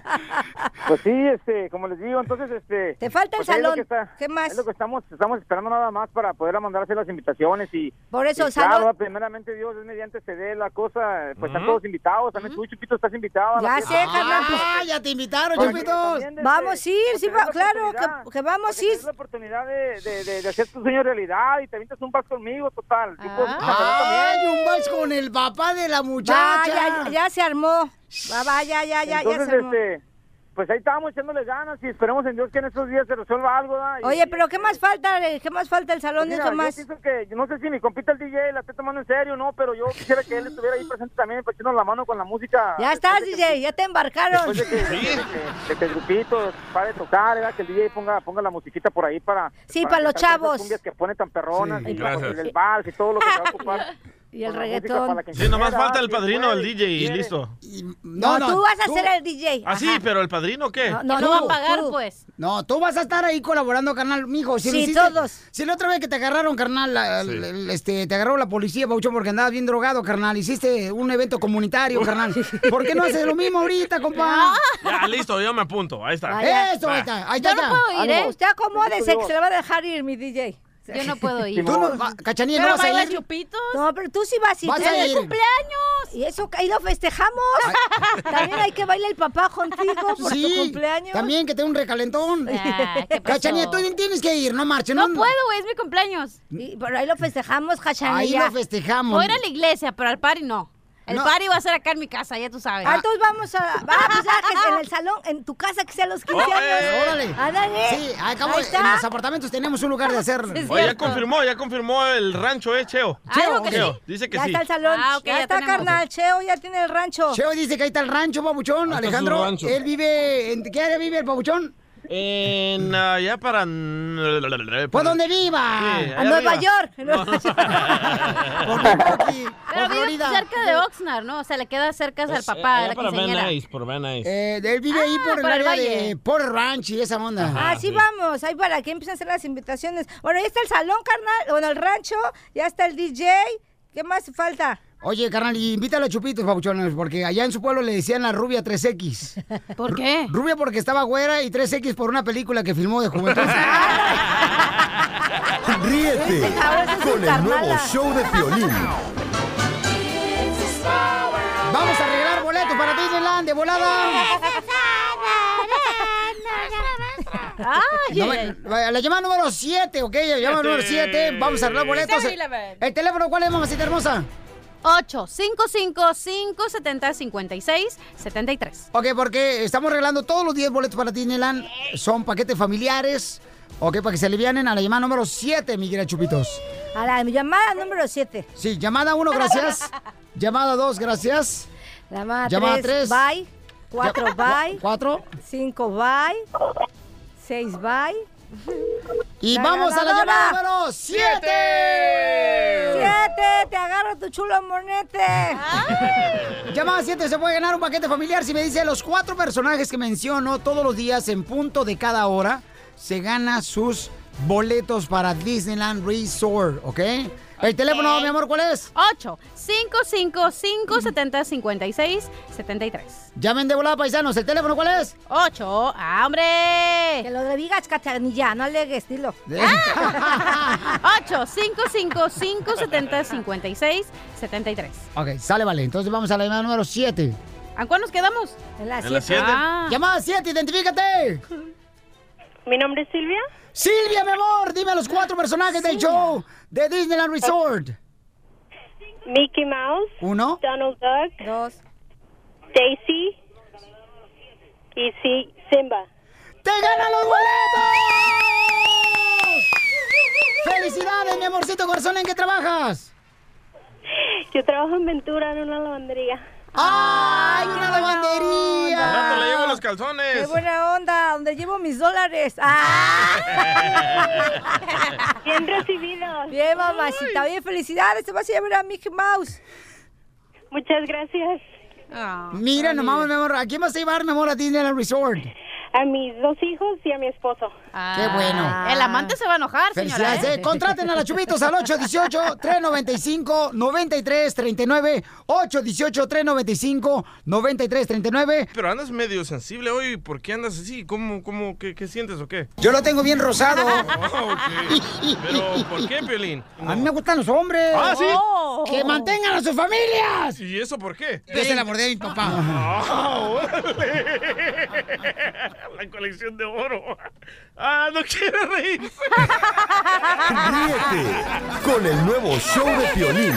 Pues sí, este, como les digo, entonces, este... Te falta el pues ahí es lo salón. que está- ¿Qué más? Es lo que estamos, estamos esperando nada más para poder mandarse las invitaciones y... Por eso, y claro, salón. primeramente Dios, es mediante se dé la cosa, pues están Ujú. todos invitados, también tú, Chupito, estás invitado. a la Ya fiesta. sé, carnal. pues- Ah, ya te invitaron, Porque pues Chupitos. Vamos a ir, sí, va- claro, oportunidad, que, que vamos a ir. Es la oportunidad de, de, de- de hacer tu sueño realidad y te avientas un vas conmigo, Ah, Ah. total. Yo puedo ser campeón también. Ay, un vals con el papá de la muchacha. Va, ya, ya se armó. Va, va, ya, ya, ya, ya Entonces, se armó. este, pues ahí estamos echándole ganas y esperemos en Dios que en estos días se resuelva algo. ¿verdad? Y- Oye, pero ¿qué más falta? eh? ¿Qué más falta el salón? este, Pues Mira, ¿Qué yo más? pienso que- yo no sé si mi compita el DJ la esté tomando en serio, no, pero yo quisiera que él estuviera ahí presente también para echarnos la mano con la música. Ya estás, DJ, ya te embarcaron. Después de que, de que- de que el grupito pare de tocar, ¿verdad? que el DJ ponga, ponga la musiquita por ahí para... Sí, para los cantar esas chavos. cumbias que pone tan perronas, Sí, y la- gracias. el vals y todo lo que se va a ocupar. Y el con la música reggaetón. para que Sí, nomás quiera, falta el si él padrino del puede, DJ y quiere. listo. No, no, tú vas a tú- ser el DJ. Ah, sí, Ajá. pero el padrino qué? tú, tú. pues. No, tú vas a estar ahí colaborando, carnal, mijo. Si lo Sí, hiciste- todos. Si la otra vez que te agarraron, carnal, la- el- el- este, te agarró la policía, Pauchón, porque andabas bien drogado, carnal. Hiciste un evento comunitario, carnal. ¿Por qué no haces lo mismo ahorita, Ah, compa? Ya, listo, yo me apunto. Ahí está. Eso, ahí está, ahí está. Yo no Ah, ya. puedo ir, ¿eh? Ánimo. Usted acomódese que se le va a dejar ir, mi DJ. Yo no puedo ir. Tú no- va- Cachanilla, ¿no ¿Pero vas a bailas ir? chupitos? No, pero tú sí vas a ir. Vas a ¡Es ir. mi cumpleaños! Y eso, ahí lo festejamos. También hay que bailar el papá contigo por Sí, tu cumpleaños. también que te dé un recalentón. Ah, ¿qué pasó? Cachanilla, tú bien tienes que ir, no marches. No puedo, güey, es mi cumpleaños. pero ahí lo festejamos, Cachanilla. Ahí lo festejamos. Voy a ir a la iglesia, pero al party no. El No. party va a ser acá en mi casa, ya tú sabes. Ah, entonces vamos a. Va, pues ah, que en el salón, en tu casa, que sea los 15 Oh, años. eh. Órale. Ándale. Sí, acabo, Ahí en está. los apartamentos tenemos un lugar de hacerlo. Oye, ya confirmó, ya confirmó el rancho, ¿eh, Cheo? Cheo, Cheo, Dice que ya sí. está el salón. Ah, ok, ya, ya está, tenemos. carnal. Cheo ya tiene el rancho. Cheo dice que ahí está el rancho, papuchón. está su Alejandro, rancho. él vive. ¿En qué área vive el papuchón? En, ah, ya para... Pues donde viva. Sí, allá A Nueva arriba. York. No, no. Pero vive cerca de Oxnard, ¿no? O sea, le queda cerca al Es, eh, papá, a Pues, allá la para Van quinceañera. Nuys, por Van Nuys. Eh, él vive ahí por el por Ah, el área valle. de Port Ranch y esa onda. Ajá, Así Ah, vamos, ahí para que empiecen a hacer las invitaciones. Bueno, ahí está el salón, carnal, bueno, el rancho, ya está el DJ. ¿Qué más falta? Oye, carnal, y invítalo a Chupitos, papuchones, porque allá en su pueblo le decían la rubia 3X. ¿Por qué? Rubia porque estaba güera y 3X por una película que filmó de juventud. Ríete con el nuevo show de Piolín. Vamos a arreglar boletos para Disneyland de volada. No, va- eh. la llamada número 7, ¿ok? La llamada número 7. Vamos a arreglar boletos. Seven Eleven. ¿El teléfono cuál es, mamacita hermosa? 8 55 570 56 73. Ok, porque estamos regalando todos los 10 boletos para Disneyland. Son paquetes familiares. Ok, para que se alivianen a la llamada número 7, mi querida Chupitos. A la llamada número 7. Sí, llamada 1, gracias. llamada 2, gracias. Llamada Llamada 3. tres. Bye. 4 Ya- bye. 4. 5 bye. 6 bye. Y vamos a la llamada número 7. 7, te agarro tu chulo monete. Llamada 7 se puede ganar un paquete familiar si me dice los cuatro personajes que menciono todos los días en punto de cada hora. Se gana sus boletos para Disneyland Resort, ¿ok? El Eh, teléfono, mi amor, ¿cuál es? 8 55 570 56 73. Llamen de volada, paisanos. ¿El teléfono cuál es? 8. ¡Ah, hombre! Que lo digas, Cachanilla, no le estilo. 8 55 570 56 73. Ok, sale, vale. Entonces vamos a la llamada número 7. ¿A cuál nos quedamos? Ah. En la En la siete. siete. Llamada 7, identifícate. Mi nombre es Silvia. Silvia, mi amor, dime a los cuatro personajes del show de Disneyland Resort. Mickey Mouse. Uno. Donald Duck. Dos. Daisy. Y sí, Simba. ¡Te ganan los boletos! ¡Felicidades, mi amorcito corazón! ¿En qué trabajas? Yo trabajo en Ventura, en una lavandería. ¡Ay, una lavandería! Al rato le llevo los calzones. Ah, ¡Qué buena onda! Donde llevo mis dólares. ¡Ah! Bien recibidos. Bien, mamacita. Bien, felicidades. Te vas a llevar a Mickey Mouse. Muchas gracias. Mira nomás, mi amor, ¿a quién vas a llevar, mi amor, a Disneyland Resort? A mis dos hijos y a mi esposo. ¡Qué bueno! Ah. El amante se va a enojar, señora. Felicidades, ¿eh? Contraten a la Chupitos al 818-395-9339. 818-395-9339. Pero andas medio sensible hoy. ¿Por qué andas así? ¿Cómo, cómo, qué, qué sientes o qué? Yo lo tengo bien rosado. Oh, ok. Pero, ¿por qué, Piolín? A mí me gustan los hombres. Ah, ¿sí? Oh. ¡Que mantengan a sus familias! ¿Y eso por qué? Yo se la mordí a mi Ah, papá. órale. La colección de oro. Ah, no quiero reír. Ríete con el nuevo show de Piolín.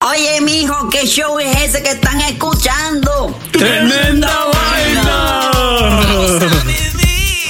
Oye, mijo, ¿qué show es ese que están escuchando? ¡Tremenda vaina!